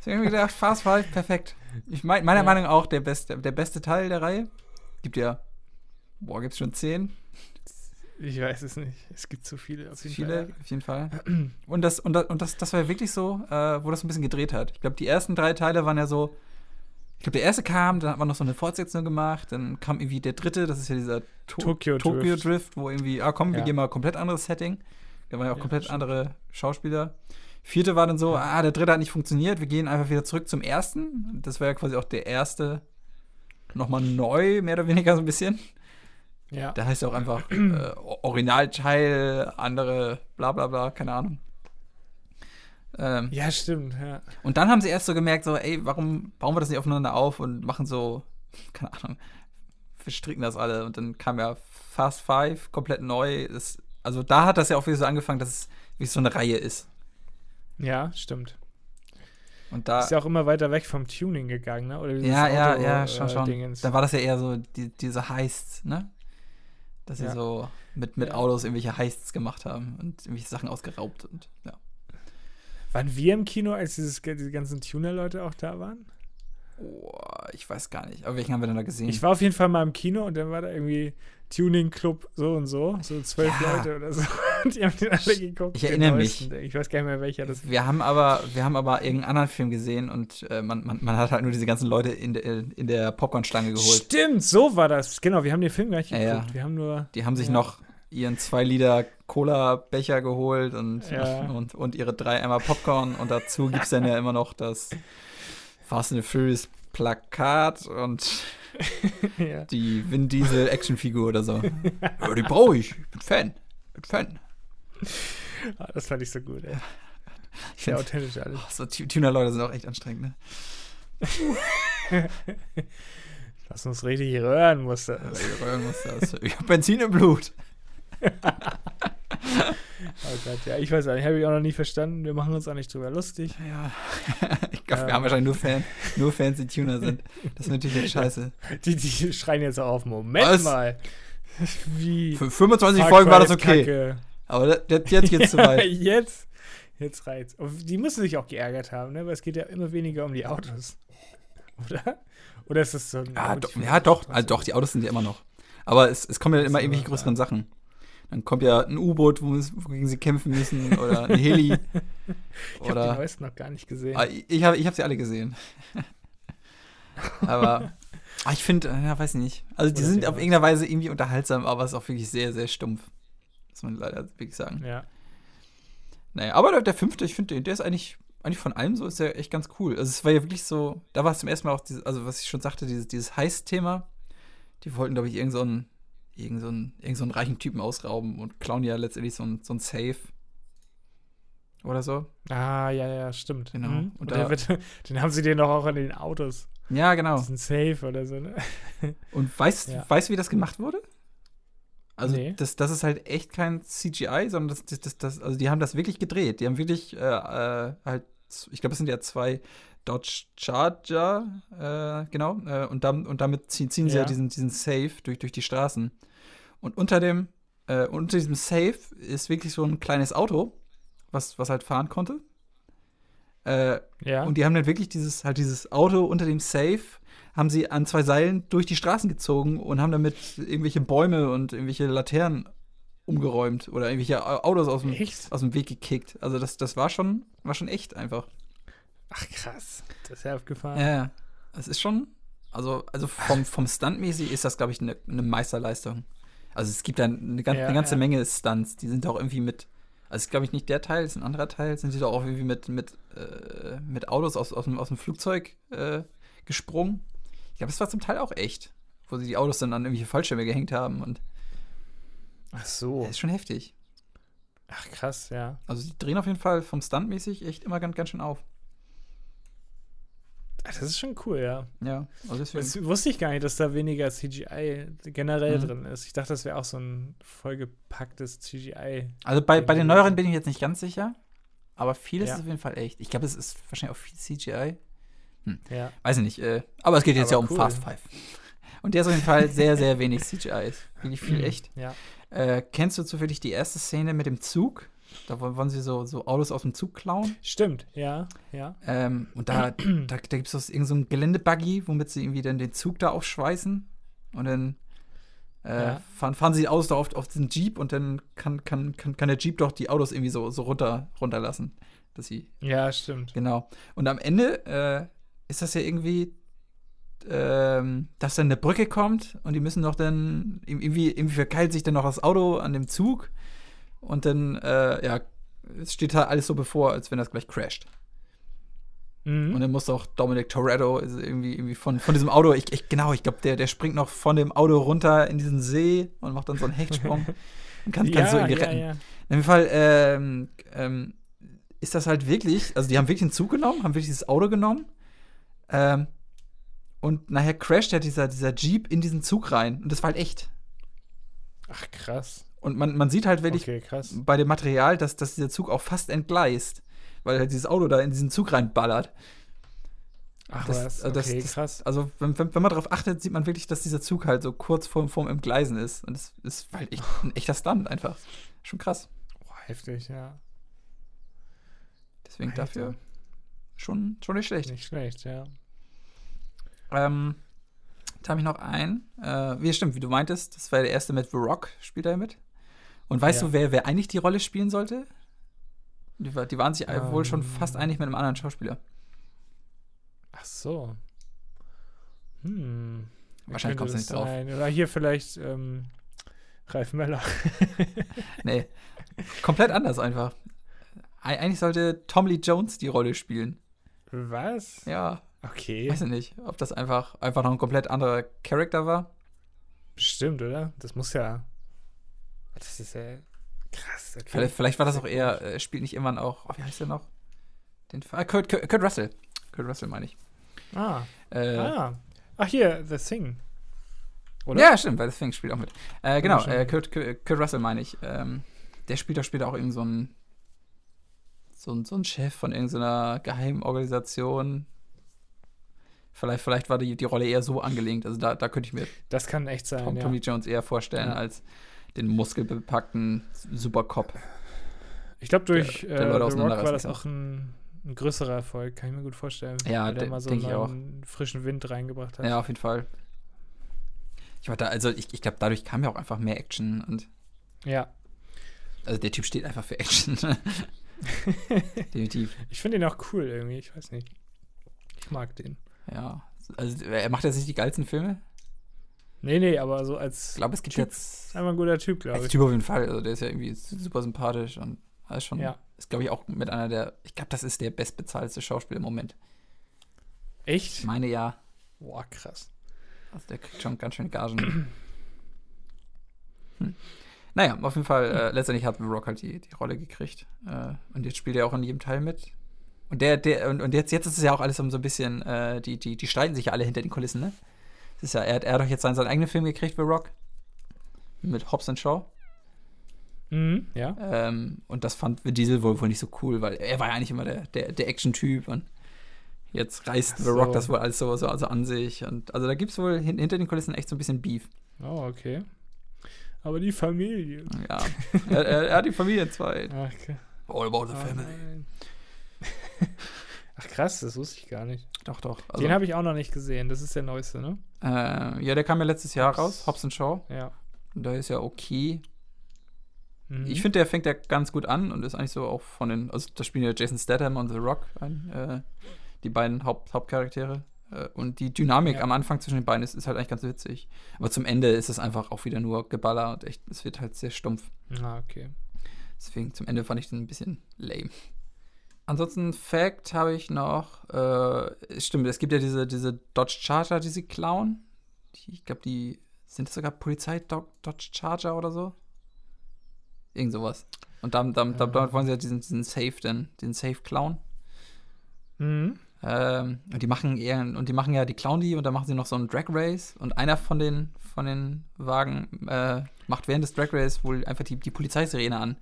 B: Deswegen habe ich gedacht, Fast Five, perfekt. Ich mein, meiner
A: Ja.
B: Meinung nach auch der beste, der beste Teil der Reihe. Gibt ja, boah, gibt's schon zehn?
A: Ich weiß es nicht. Es gibt zu viele. Auf
B: Zu
A: jeden
B: viele,
A: Fall.
B: auf jeden Fall. Und das, und das, und das, das war wirklich so, äh, wo das ein bisschen gedreht hat. Ich glaube, die ersten drei Teile waren ja so. Ich glaube, der erste kam, dann hat man noch so eine Fortsetzung gemacht, dann kam irgendwie der dritte, das ist ja dieser to
A: Tokyo
B: Tokyo
A: Drift.
B: Drift. wo irgendwie, ah komm, wir
A: Ja.
B: gehen mal komplett anderes Setting. Da waren ja auch
A: Ja,
B: komplett
A: stimmt.
B: andere Schauspieler. Vierte war dann so, ah, der dritte hat nicht funktioniert, wir gehen einfach wieder zurück zum ersten. Das war ja quasi auch der erste nochmal neu, mehr oder weniger so ein bisschen.
A: Ja.
B: Da heißt ja auch einfach äh, Originalteil, andere, bla bla bla, keine Ahnung. Ähm,
A: Ja, stimmt. Ja.
B: und dann haben sie erst so gemerkt, so, ey, warum bauen wir das nicht aufeinander auf und machen so, keine Ahnung, wir stricken das alle. Und dann kam ja Fast Five komplett neu. Das, also da hat das ja auch wieder so angefangen, dass es wie so eine Reihe ist.
A: ja, stimmt.
B: Und da,
A: Ist ja auch immer weiter weg vom Tuning gegangen, ne? Oder dieses
B: Ah. ja, ja,
A: Auto,
B: ja,
A: äh,
B: schon, schon.
A: Dingens.
B: Da war das ja eher so die, diese Heists, ne? Dass sie
A: Ja.
B: so mit, mit
A: Ja.
B: Autos irgendwelche Heists gemacht haben und irgendwelche Sachen ausgeraubt und ja.
A: Waren wir im Kino, als dieses, diese ganzen Tuner-Leute auch da waren?
B: Boah, ich weiß gar nicht. Aber welchen haben wir denn da gesehen?
A: Ich war auf jeden Fall mal im Kino und dann war da irgendwie Tuning-Club so und so, so zwölf
B: Ja.
A: Leute oder so. Und die haben den alle geguckt.
B: ich
A: den
B: erinnere mich.
A: neuesten. Ich weiß gar nicht mehr, welcher das
B: wir haben aber, wir haben aber irgendeinen anderen Film gesehen und äh, man, man, man hat halt nur diese ganzen Leute in, der- in der Popcornstange geholt.
A: Stimmt, so war das. Genau, wir haben den Film gar nicht
B: Ja,
A: geguckt.
B: ja.
A: Wir haben nur.
B: Die haben sich
A: Ja.
B: noch ihren zwei Liter Cola-Becher geholt und,
A: Ja.
B: und, und ihre drei Eimer Popcorn und dazu gibt es dann ja immer noch das Fast and Furious Plakat und
A: ja.
B: die Vin Diesel Actionfigur oder so. ja, die brauche ich. Ich bin Fan. Ich bin Fan.
A: Ah, das fand ich so gut, ey.
B: Ich
A: Sehr
B: find,
A: authentisch alles.
B: oh, so Tu- Tuner-Leute sind auch echt anstrengend, ne?
A: Lass uns richtig röhren, musste.
B: Also, irgendwas das. Ich hab Benzin im Blut.
A: Oh Gott, ja, ich weiß auch nicht, habe ich auch noch nie verstanden. Wir machen uns auch nicht drüber lustig.
B: Ja. Ich glaube,
A: Ähm.
B: wir haben wahrscheinlich nur, Fan, nur Fans, die Tuner sind. Das ist natürlich jetzt scheiße.
A: Die, die schreien jetzt auch auf, Moment
B: Was?
A: mal. Wie?
B: Für 25
A: Far
B: Folgen war
A: Cry
B: das
A: ist
B: okay.
A: Kacke.
B: Aber das- jetzt, jetzt geht's zu weit.
A: jetzt, jetzt reizt. Und die müssen sich auch geärgert haben, ne? Weil es geht ja immer weniger um die Autos. Oder? Oder ist das so ein.
B: Ja,
A: gut,
B: Ah, doch,
A: ich-
B: ja, doch. Also doch, die Autos sind ja immer noch. Aber es, es kommen ja
A: Das
B: immer
A: ist
B: irgendwelche
A: aber
B: größeren Sachen. Dann kommt ja ein U-Boot, wo es- wogegen sie kämpfen müssen, oder ein Heli.
A: Ich habe die
B: oder
A: neuesten noch gar nicht gesehen.
B: Ah, ich ich habe ich hab sie alle gesehen. aber ah, ich finde, ja, weiß nicht. Also die
A: Oder
B: sind
A: die
B: auf
A: neuesten.
B: irgendeiner Weise irgendwie unterhaltsam, aber es ist auch wirklich sehr, sehr stumpf. Muss man leider wirklich sagen.
A: Ja.
B: Naja, aber der, der fünfte, ich finde, den- der ist eigentlich, eigentlich von allem so, ist ja echt ganz cool. Also es war ja wirklich so, da war es zum ersten Mal auch, dieses, also was ich schon sagte, dieses, dieses Heiß-Thema. Die wollten, glaube ich, irgend so einen, irgend so einen, irgend so einen reichen Typen ausrauben und klauen ja letztendlich so ein, so ein Safe. Oder so.
A: Ah, ja, ja, stimmt.
B: Genau.
A: Mhm.
B: Und
A: Und
B: da-
A: der wird, den haben sie dir doch auch an den Autos.
B: Ja, genau.
A: Diesen Safe oder so, ne?
B: Und weißt,
A: Ja.
B: weißt du, wie das gemacht wurde? Also,
A: Nee.
B: das, das ist halt echt kein CGI, sondern das, das, das, das, also die haben das wirklich gedreht. Die haben wirklich äh, äh, halt, z- ich glaube, es sind ja zwei Dodge Charger, äh, genau, äh, und, dann, und damit ziehen, ziehen sie ja
A: Ja.
B: diesen, diesen Safe durch, durch die Straßen. Und unter dem, äh, unter diesem Safe ist wirklich so ein kleines Auto, was, was halt fahren konnte. Äh,
A: Ja.
B: und die haben dann wirklich dieses, halt dieses Auto unter dem Safe, haben sie an zwei Seilen durch die Straßen gezogen und haben damit irgendwelche Bäume und irgendwelche Laternen umgeräumt oder irgendwelche Au- Autos aus dem,
A: Echt?
B: aus dem Weg gekickt. Also das, das war schon, war schon echt einfach.
A: Ach, krass. Das ist ja aufgefahren.
B: Ja, ja. Es ist schon, also, also vom, vom Stuntmäßig ist das, glaube ich, eine eine Meisterleistung. Also es gibt da eine, gan
A: Ja,
B: eine ganze
A: ja.
B: Menge Stunts, die sind da auch irgendwie mit, also ist, glaube ich, nicht der Teil, ist ein anderer Teil, sind die da auch irgendwie mit, mit, äh, mit Autos aus, aus, dem, aus dem Flugzeug äh, gesprungen. Ich glaube, es war zum Teil auch echt, wo sie die Autos dann an irgendwelche Fallschirme gehängt haben und
A: Ach so.
B: das ist schon heftig.
A: Ach, krass, ja.
B: Also die drehen auf jeden Fall vom Stuntmäßig echt immer ganz, ganz schön auf.
A: Ah, Das ist schon cool, ja.
B: Ja, also deswegen.
A: Das wusste ich gar nicht, dass da weniger CGI generell
B: Mhm.
A: drin ist. Ich dachte, das wäre auch so ein vollgepacktes CGI.
B: Also bei, bei den
A: Irgendwie
B: neueren
A: so.
B: bin ich jetzt nicht ganz sicher, aber vieles
A: Ja.
B: ist auf jeden Fall echt. Ich glaube, es ist wahrscheinlich auch viel CGI.
A: Ja.
B: Weiß ich nicht, äh, aber es geht
A: Aber
B: jetzt ja um
A: cool.
B: Fast Five. Und der ist auf jeden Fall sehr, sehr wenig CGI. Ist wirklich viel echt.
A: Ja.
B: Äh, kennst du zufällig die erste Szene mit dem Zug? Da wollen wollen sie so, so Autos aus dem Zug klauen.
A: Stimmt, ja, ja.
B: Ähm, und da, da, da gibt es irgendeinen so einen Geländebuggy, womit sie irgendwie dann den Zug da aufschweißen. Und dann äh,
A: Ja.
B: fahren, fahren sie die Autos da auf, auf den Jeep und dann kann, kann, kann, kann der Jeep doch die Autos irgendwie so, so runter, runterlassen. Dass sie,
A: Ja, stimmt.
B: genau. Und am Ende äh, ist das ja irgendwie, ähm, dass dann eine Brücke kommt und die müssen doch dann, irgendwie, irgendwie verkeilt sich dann noch das Auto an dem Zug. Und dann, äh, ja, es steht halt alles so bevor, als wenn das gleich crasht. Und
A: Mhm.
B: dann muss auch Dominic Toretto ist irgendwie, irgendwie von, von diesem Auto, ich, ich, genau, ich glaube, der, der springt noch von dem Auto runter in diesen See und macht dann so einen Hechtsprung und kann es so irgendwie retten.
A: ja.
B: In dem Fall ähm, ähm, ist das halt wirklich, also die haben wirklich einen Zug genommen, haben wirklich dieses Auto genommen ähm, und nachher crasht ja dieser, dieser Jeep in diesen Zug rein und das war halt echt.
A: Ach, krass.
B: Und man, man sieht halt wirklich
A: Okay, krass.
B: bei dem Material, dass, dass dieser Zug auch fast entgleist, weil halt dieses Auto da in diesen Zug reinballert.
A: Ach,
B: das-
A: was.
B: äh, das-
A: Okay,
B: das-
A: krass.
B: Also, wenn, wenn, wenn man darauf achtet, sieht man wirklich, dass dieser Zug halt so kurz vorm, vorm Entgleisen ist. Und das ist halt echt, ein echter Stunt einfach. Schon krass.
A: Boah, heftig, ja.
B: Deswegen
A: Alter.
B: dafür schon, schon nicht schlecht.
A: Nicht schlecht, ja.
B: Ähm, da habe ich noch einen. Äh, wie stimmt, wie du meintest, das war der erste mit The Rock, spielt er mit. Und weißt
A: Ja.
B: du, wer, wer eigentlich die Rolle spielen sollte? Die, war- die waren sich wohl schon fast
A: Ähm.
B: einig mit einem anderen Schauspieler.
A: Ach so. Hm. Wer
B: Wahrscheinlich
A: könnte
B: kommst du
A: das
B: nicht drauf.
A: sein? Oder hier vielleicht ähm, Ralf Möller.
B: Nee, komplett anders einfach. Ei- Eigentlich sollte Tom Lee Jones die Rolle spielen.
A: Was?
B: Ja,
A: Okay.
B: weiß ich nicht, ob das einfach, einfach noch ein komplett anderer Charakter war.
A: Bestimmt, oder? Das muss ja. Das ist ja krass. Okay.
B: Vielleicht, vielleicht war das auch eher, äh, spielt nicht immer auch, oh, wie heißt der noch? Den, Fa- ah, Kurt, Kurt, Kurt Russell. Kurt Russell meine ich.
A: Ah,
B: Äh,
A: ah. Ach, hier, The Thing. Oder?
B: Ja, stimmt, weil das Fink spielt auch mit. Äh, genau,
A: stimmt.
B: äh, Kurt, Kurt, Kurt Russell meine ich. Ähm, der spielt doch später auch irgend so einen so ein, so ein Chef von irgendeiner geheimen Organisation. Vielleicht, vielleicht war die, die Rolle eher so angelegt. Also da, da könnte ich mir
A: Das kann echt sein.
B: Tom,
A: ja.
B: Tommy Jones eher vorstellen
A: Ja.
B: als den muskelbepackten Supercop.
A: Ich glaube, durch
B: der Leute
A: äh, The Rock war
B: auseinanderreißen
A: das
B: kann.
A: auch ein, ein größerer Erfolg, kann ich mir gut vorstellen.
B: Ja,
A: weil der
B: de-
A: mal so
B: denk ich auch.
A: einen frischen Wind reingebracht hat.
B: Ja, auf jeden Fall. Ich war da, also ich, ich glaube, dadurch kam ja auch einfach mehr Action und
A: ja.
B: also der Typ steht einfach für Action. Definitiv.
A: Ich finde ihn auch cool irgendwie, ich weiß nicht. Ich mag den.
B: Ja, also er macht jetzt nicht die geilsten Filme.
A: Nee, nee, aber so als
B: Ich glaube, es gibt
A: Typ.
B: jetzt
A: einfach ein guter Typ, glaube
B: als
A: ich.
B: Typ auf jeden Fall. Also der ist ja irgendwie su- super sympathisch und alles schon.
A: Ja.
B: Ist glaube ich auch mit einer der. Ich glaube, das ist der bestbezahlte Schauspieler im Moment. Ich
A: Echt?
B: meine ja,
A: Boah, krass.
B: also der kriegt schon ganz schön Gagen. Hm. Naja, auf jeden Fall, äh, letztendlich hat The Rock halt die, die Rolle gekriegt. Äh, und jetzt spielt er auch in jedem Teil mit. Und der, der, und, und jetzt, jetzt ist es ja auch alles so ein bisschen, äh, die, die, die streiten sich ja alle hinter den Kulissen, ne? Das ist ja, er, hat- er hat doch jetzt seinen, seinen eigenen Film gekriegt, The Rock. Mit Hobbs and Shaw.
A: Mhm, ja.
B: Ähm, und das fand Vin Diesel wohl, wohl nicht so cool, weil er war ja eigentlich immer der, der, der Action-Typ und jetzt reißt
A: Ach
B: The Rock
A: so.
B: das wohl alles so, so also an sich. Und also da gibt es wohl hin, hinter den Kulissen echt so ein bisschen Beef.
A: Oh, okay. Aber die Familie.
B: Ja. er, er, er hat die Familie zwei.
A: Ach, okay.
B: All about
A: Oh, nein. Ach krass, das wusste ich gar nicht.
B: Doch, doch. Also,
A: Den habe ich auch noch nicht gesehen. Das ist der neueste, ne?
B: äh, ja, der kam ja letztes Jahr raus, Hobbs and Shaw.
A: Ja.
B: Und der ist ja okay.
A: Mhm.
B: Ich finde, der fängt ja ganz gut an und ist eigentlich so auch von den, also da spielen ja Jason Statham und The Rock, ein, äh, die beiden Haupt, Hauptcharaktere. Äh, und die Dynamik
A: Ja.
B: am Anfang zwischen den beiden ist, ist halt eigentlich ganz witzig. Aber zum Ende ist es einfach auch wieder nur Geballer und echt, es wird halt sehr stumpf.
A: Ah, okay.
B: Deswegen zum Ende fand ich den ein bisschen lame. Ansonsten, Fact habe ich noch, äh, stimmt, es gibt ja diese, diese Dodge Charger, die sie klauen. Die, ich glaube, die sind das sogar Polizei-Dodge Charger oder so? Irgend sowas. Und damit, damit, damit, damit wollen sie ja diesen, diesen Safe dann, den Safe klauen.
A: Mhm.
B: Ähm, und die machen eher, und die machen ja, die klauen die und dann machen sie noch so einen Drag Race und einer von den, von den Wagen äh, macht während des Drag Race wohl einfach die, die Polizeisirene an.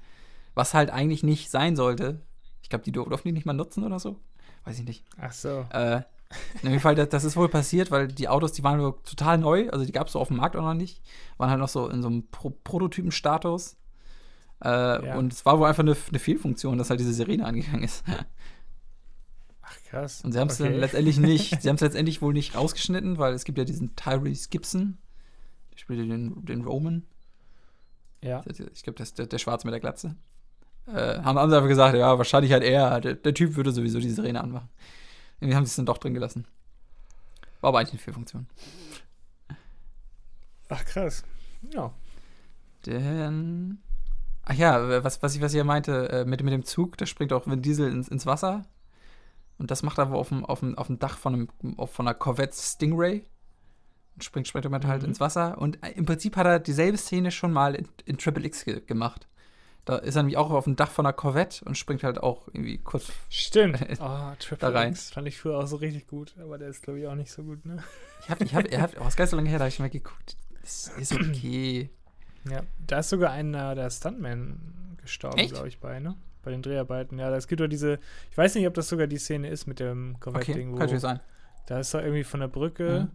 B: Was halt eigentlich nicht sein sollte. Ich glaube, die dur- durften die nicht mal nutzen oder so. Weiß ich nicht.
A: Ach so.
B: Äh, in dem Fall, das, das ist wohl passiert, weil die Autos, die waren wohl total neu, also die gab es so auf dem Markt auch noch nicht, waren halt noch so in so einem Pro Prototypen-Status. Äh,
A: Ja.
B: Und es war wohl einfach eine, eine Fehlfunktion, dass halt diese Sirene angegangen ist.
A: Ach krass.
B: Und sie haben es
A: okay.
B: dann letztendlich nicht, sie haben es letztendlich wohl nicht rausgeschnitten, weil es gibt ja diesen Tyrese Gibson, der spielt ja den, den Roman.
A: Ja.
B: Ich glaube, das ist der, der Schwarze mit der Glatze. Äh, haben haben sie einfach gesagt, ja, wahrscheinlich halt er, der, der Typ würde sowieso die Sirene anmachen. Irgendwie haben sie es dann doch drin gelassen. War aber eigentlich eine Fehlfunktion.
A: Ach krass. Ja.
B: Denn Ach ja, äh, was, was ich, was ich ja meinte, äh, mit, mit dem Zug, da springt auch Vin Diesel ins, ins Wasser. Und das macht er wohl auf dem, auf dem, auf dem Dach von, einem, auf, von einer Corvette Stingray. Und springt später mit halt
A: Mhm.
B: ins Wasser. Und äh, im Prinzip hat er dieselbe Szene schon mal in, in Triple X ge gemacht. Da ist er nämlich auch auf dem Dach von einer Corvette und springt halt auch irgendwie kurz.
A: Stimmt. Oh, Triple
B: rein.
A: X fand ich früher auch so richtig gut, aber der ist, glaube ich, auch nicht so gut, ne?
B: Ich hab, ich hab, ich hab, oh, ist gar nicht so lange her, da hab ich mal geguckt. Das ist okay.
A: Ja, da ist sogar einer der Stuntman gestorben,
B: Echt?
A: glaube ich, bei, ne? Bei den Dreharbeiten. Ja, es gibt doch diese, ich weiß nicht, ob das sogar die Szene ist mit dem
B: Okay,
A: Corvette-Ding,
B: kann
A: wo
B: natürlich sein. Mhm.
A: da ist er irgendwie von der Brücke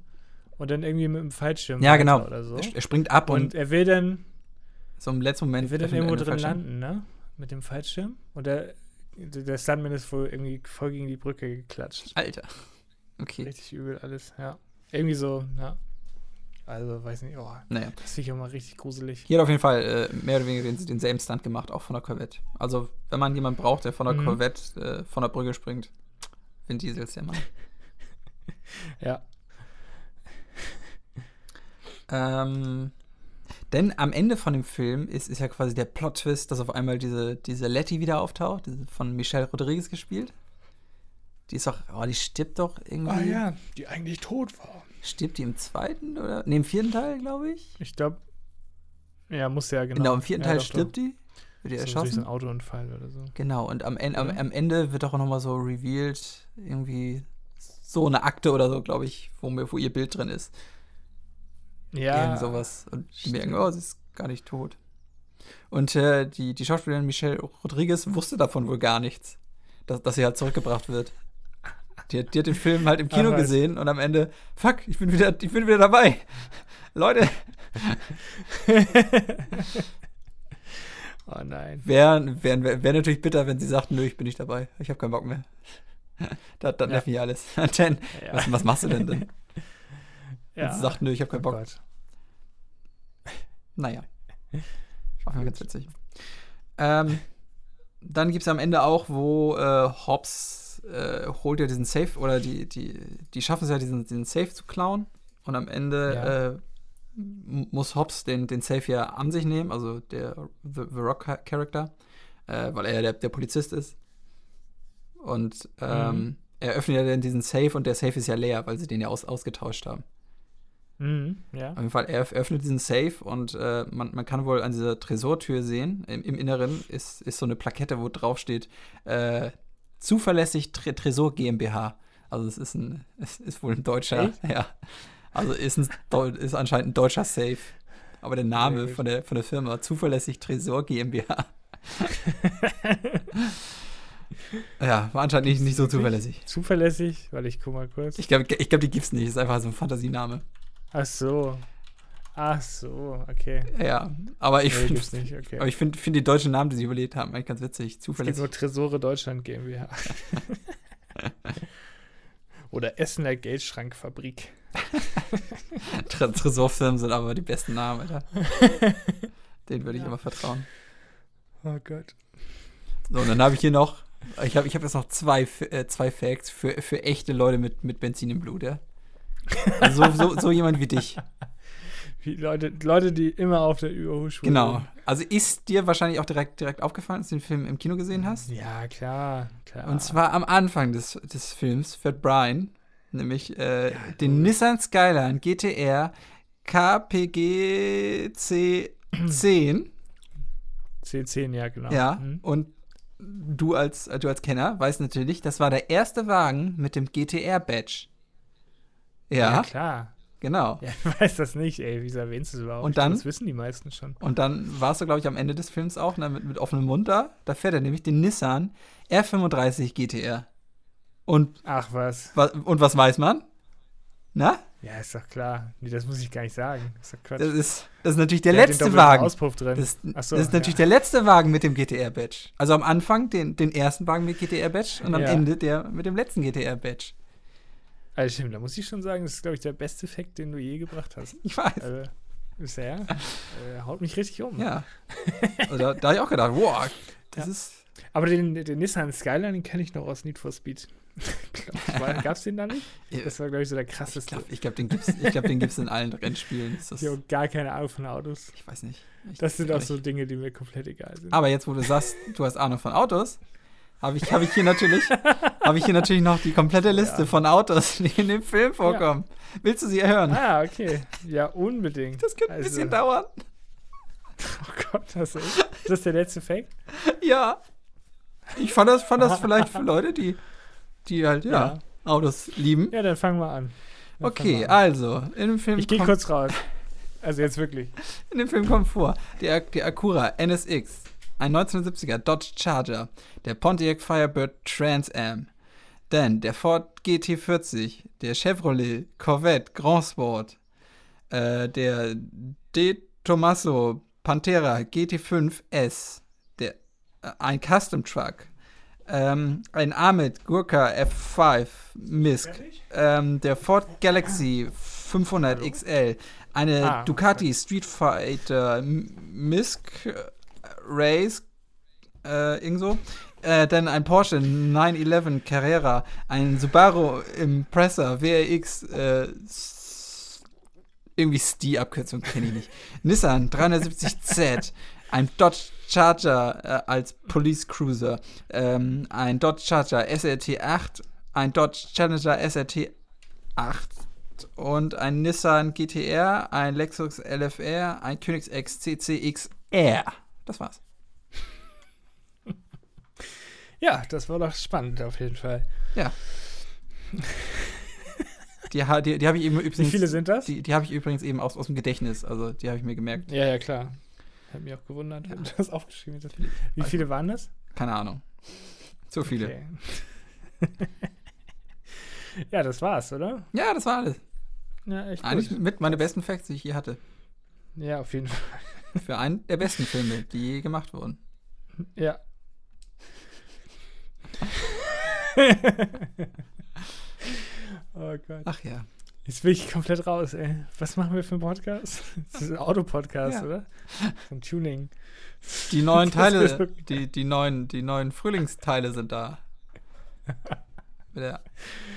A: und dann irgendwie mit dem Fallschirm
B: Ja,
A: weiter
B: genau.
A: oder so.
B: Er, er springt ab
A: Und
B: und,
A: er will dann,
B: so im letzten Moment.
A: er will dann
B: öffnet
A: irgendwo
B: er den
A: drin
B: Fallschirm.
A: landen, ne? Mit dem Fallschirm. Und der, der Stuntman ist wohl irgendwie voll gegen die Brücke geklatscht.
B: Alter. Okay,
A: Richtig übel alles, ja. Irgendwie so, ja. Also, weiß nicht, oh,
B: naja.
A: das finde ich auch mal richtig gruselig.
B: Hier hat auf jeden Fall äh, mehr oder weniger den, denselben Stunt gemacht, auch von der Corvette. Also, wenn man jemanden braucht, der von der
A: Mhm.
B: Corvette äh, von der Brücke springt, Vin Diesel ist der Mann.
A: Ja.
B: ähm, denn am Ende von dem Film ist, ist ja quasi der Plot-Twist, dass auf einmal diese, diese Letty wieder auftaucht, diese von Michelle Rodriguez gespielt. Die ist doch, oh, die stirbt doch irgendwie.
A: Ah ja, die eigentlich tot war.
B: Stirbt die im zweiten oder? Ne, im vierten Teil, glaube ich.
A: Ich glaube, ja, muss ja genau.
B: Genau, im vierten
A: ja,
B: Teil
A: doch,
B: stirbt die. Wird die
A: doch. So, durch so
B: erschossen.
A: einen Autounfall oder so.
B: Genau, und am, En- am,
A: Oder?
B: am Ende wird auch nochmal so revealed, irgendwie so eine Akte oder so, glaube ich, wo, mir, wo ihr Bild drin ist.
A: Ja.
B: Irgend sowas. Und die
A: stimmt.
B: merken, oh, sie ist gar nicht tot. Und äh, die, die Schauspielerin Michelle Rodriguez wusste davon wohl gar nichts, dass, dass sie halt zurückgebracht wird. Die hat, die hat den Film halt im Kino
A: Ach, was.
B: gesehen und am Ende, fuck, ich bin wieder, ich bin wieder dabei. Leute,
A: Oh nein.
B: wäre wär, wär, wär natürlich bitter, wenn sie sagt, nö, ich bin nicht dabei. Ich habe keinen Bock mehr. Da, da
A: Ja.
B: nervt mich alles. Denn,
A: Ja.
B: was, was machst du denn dann? Und sie sagt, nö, ich habe
A: oh
B: keinen Bock.
A: Gott.
B: Naja. Auf jeden Fall ganz witzig. Ähm, dann gibt es am Ende auch, wo äh, Hobbs äh, holt ja diesen Safe, oder die, die, die schaffen es ja, diesen, diesen Safe zu klauen. Und am Ende
A: Ja.
B: äh, m- muss Hobbs den, den Safe ja an sich nehmen, also der The, The Rock-Charakter, äh, weil er ja der, der Polizist ist. Und ähm,
A: Mhm.
B: er öffnet ja dann diesen Safe und der Safe ist ja leer, weil sie den ja aus, ausgetauscht haben.
A: Mhm, ja.
B: Auf jeden Fall, er öffnet diesen Safe und äh, man, man kann wohl an dieser Tresortür sehen, im, im Inneren ist, ist so eine Plakette, wo drauf steht, äh, zuverlässig Tre Tresor GmbH. Also es ist ein, es ist wohl ein deutscher, ja. Also ist, ein, Deu- ist anscheinend ein deutscher Safe. Aber der
A: Sehr
B: Name
A: gut.
B: von der, von der Firma, zuverlässig Tresor GmbH. ja, war anscheinend nicht, nicht so zuverlässig.
A: Zuverlässig, weil ich guck mal kurz.
B: Ich glaube, ich glaub, die gibt's nicht, ist einfach so ein Fantasiename.
A: Ach so. Ach so, okay.
B: Ja, aber ich
A: Nee,
B: finde
A: gibt's nicht, okay.
B: Aber ich finde find die deutschen Namen, die sie überlebt haben, eigentlich ganz witzig.
A: Es gibt nur
B: Zuverlässig.
A: Tresore Deutschland GmbH. Oder Essener Geldschrankfabrik.
B: Tre Tresorfirmen sind aber die besten Namen, Alter. Den würde ich immer vertrauen.
A: Oh Gott.
B: So, und dann habe ich hier noch, ich habe ich hab jetzt noch zwei, F- äh, zwei Facts für, für echte Leute mit, mit Benzin im Blut, ja. Also so, so, so jemand wie dich.
A: Wie Leute, Leute, die immer auf der Überholspur
B: Genau. Also ist dir wahrscheinlich auch direkt, direkt aufgefallen, als du den Film im Kino
A: Mhm.
B: gesehen hast.
A: Ja, klar, klar.
B: Und zwar am Anfang des, des Films fährt Brian nämlich äh, den
A: gut.
B: Nissan Skyline GTR KPG C10.
A: C10, ja, genau.
B: ja,
A: Mhm.
B: und du als, du als Kenner weißt natürlich, das war der erste Wagen mit dem GTR-Badge. Ja,
A: ja klar.
B: genau.
A: Ja, ich weiß das nicht, ey. Wieso erwähnst du es überhaupt?
B: Und
A: Ich glaub,
B: dann?
A: Das wissen die meisten schon.
B: Und dann warst du, glaube ich, am Ende des Films auch ne, mit, mit offenem Mund da. Da fährt er nämlich den Nissan R35 GTR. Und,
A: Ach was.
B: wa- und was weiß man? Na?
A: Ja, ist doch klar. Nee, das muss ich gar nicht sagen. Ist doch Quatsch.
B: Das ist, das ist natürlich der,
A: hat den
B: letzte
A: doppelten
B: Wagen.
A: Auspuff drin.
B: Das,
A: Ach so,
B: das ist natürlich
A: ja.
B: der letzte Wagen mit dem GTR-Badge. Also am Anfang den, den ersten Wagen mit GTR-Badge und am
A: Ja.
B: Ende der mit dem letzten GTR-Badge.
A: Also stimmt, da muss ich schon sagen, das ist, glaube ich, der beste Fact, den du je gebracht hast.
B: Ich weiß.
A: Also, bisher äh, haut mich richtig um.
B: Ja. Oder da habe ich auch gedacht, wow, das
A: Ja.
B: ist.
A: Aber den, den Nissan Skyline, den kenne ich noch aus Need for Speed. glaube ich. Gab es den da nicht? Das war, glaube ich, so der
B: Ich
A: krasseste.
B: glaube, ich glaub, den gibt's, ich glaub, den gibt's in allen Rennspielen. Ist das,
A: Ich habe gar keine Ahnung von Autos.
B: ich weiß nicht. Ich
A: Das
B: weiß
A: sind
B: gar
A: auch
B: nicht.
A: so Dinge, die mir komplett egal sind.
B: Aber jetzt, wo du sagst, du hast Ahnung von Autos, habe ich, hab ich hier natürlich, habe ich hier natürlich noch die komplette Liste
A: Ja.
B: von Autos, die in dem Film vorkommen. Willst du sie hören?
A: Ah, okay. Ja, unbedingt.
B: Das könnte ein
A: Also-
B: bisschen dauern.
A: Oh Gott, das ist, ist das der letzte Fact?
B: Ja. Ich fand das, fand das vielleicht für Leute, die, die halt, ja,
A: Ja.
B: Autos lieben.
A: Ja, dann fangen wir an. Dann fangen
B: okay,
A: wir an.
B: also, in dem Film
A: Ich gehe
B: kommt-
A: kurz raus. Also jetzt wirklich.
B: In dem Film kommt vor der, der Acura NSX, ein 1970er Dodge Charger, der Pontiac Firebird Trans Am, dann der Ford GT40, der Chevrolet Corvette Grand Sport, äh, der De Tomaso Pantera GT5 S, der, äh, ein Custom Truck, ähm, ein Ahmed Gurkha F5 Misk, ähm, der Ford Galaxy 500
A: Hallo?
B: XL, eine
A: Ah,
B: Ducati Street Fighter M- Misk äh, Race, äh, irgend so. Äh, dann ein Porsche 911 Carrera, ein Subaru Impressor WRX, äh, S- irgendwie STI-Abkürzung kenne ich nicht. Nissan 370Z, ein Dodge Charger äh, als Police Cruiser, ähm, ein Dodge Charger SRT 8, ein Dodge Challenger SRT 8 und ein Nissan GTR, ein Lexus LFR, ein Koenigsegg CCXR. Das war's.
A: Ja, das war doch spannend auf jeden Fall.
B: Die, ha- die, die habe ich eben übrigens.
A: Wie viele sind das?
B: Die, die habe ich übrigens eben aus, aus dem Gedächtnis, also die habe ich mir gemerkt.
A: Ja, ja, klar. Hat mich auch gewundert. Ja. das aufgeschrieben. Wie
B: Also-
A: viele waren das?
B: Keine Ahnung. So viele.
A: Okay. ja, das war's, oder?
B: Ja, das war alles.
A: Ja, echt
B: Eigentlich
A: gut.
B: mit meine besten Facts, die ich je hatte.
A: Ja, auf jeden Fall.
B: Für einen der besten Filme, die je gemacht wurden.
A: Ja. oh Gott.
B: Ach ja.
A: Jetzt bin ich komplett raus, ey. Was machen wir für einen Podcast? Das ist ein Autopodcast,
B: Ja.
A: oder? So ein Tuning.
B: Die neuen
A: Das ist
B: Teile,
A: so-
B: die, die, neuen, die neuen Frühlingsteile sind da. Mit der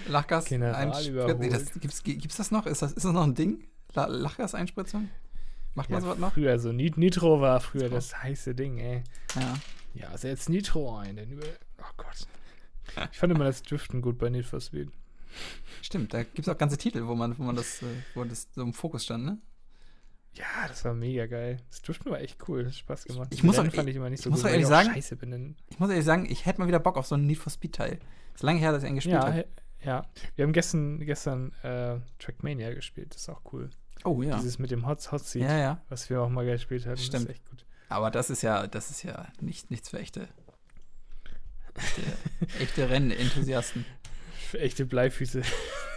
B: Lachgas-Einspritzung.
A: Generalüberholt.
B: Nee, das, gibt's, gibt's das noch? Ist das, ist das noch ein Ding? La- Lachgaseinspritzung? Macht man
A: Ja,
B: sowas noch?
A: früher so. Nit- Nitro war früher
B: Nitro.
A: das heiße Ding, ey.
B: Ja.
A: Ja, setz Nitro ein. Denn über oh Gott. Ich fand immer das Driften gut bei Need for Speed.
B: Stimmt, da gibt's auch ganze Titel, wo man, wo man das, äh, wo das so im Fokus stand, ne?
A: Ja, das war mega geil. Das Driften war echt cool. Das hat Spaß gemacht.
B: Ich muss
A: Rennen
B: auch-
A: fand ich immer nicht
B: ich
A: so
B: muss
A: gut,
B: auch
A: weil ich
B: ehrlich
A: auch
B: sagen-
A: scheiße bin. Denn,
B: Ich muss ehrlich sagen, ich hätte mal wieder Bock auf so einen Need for Speed-Teil. Ist lange her, dass ich einen gespielt
A: ja,
B: habe.
A: he- ja. Wir haben gestern, gestern äh, Trackmania gespielt. Das ist auch cool.
B: Oh ja.
A: Dieses mit dem Hot Hot Seat,
B: Ja, ja.
A: was wir auch mal gespielt hatten.
B: Stimmt.
A: Das ist echt gut.
B: Aber das ist ja, das ist ja nicht, nichts für echte, echte, echte Rennenthusiasten.
A: Für echte Bleifüße.
B: Hm.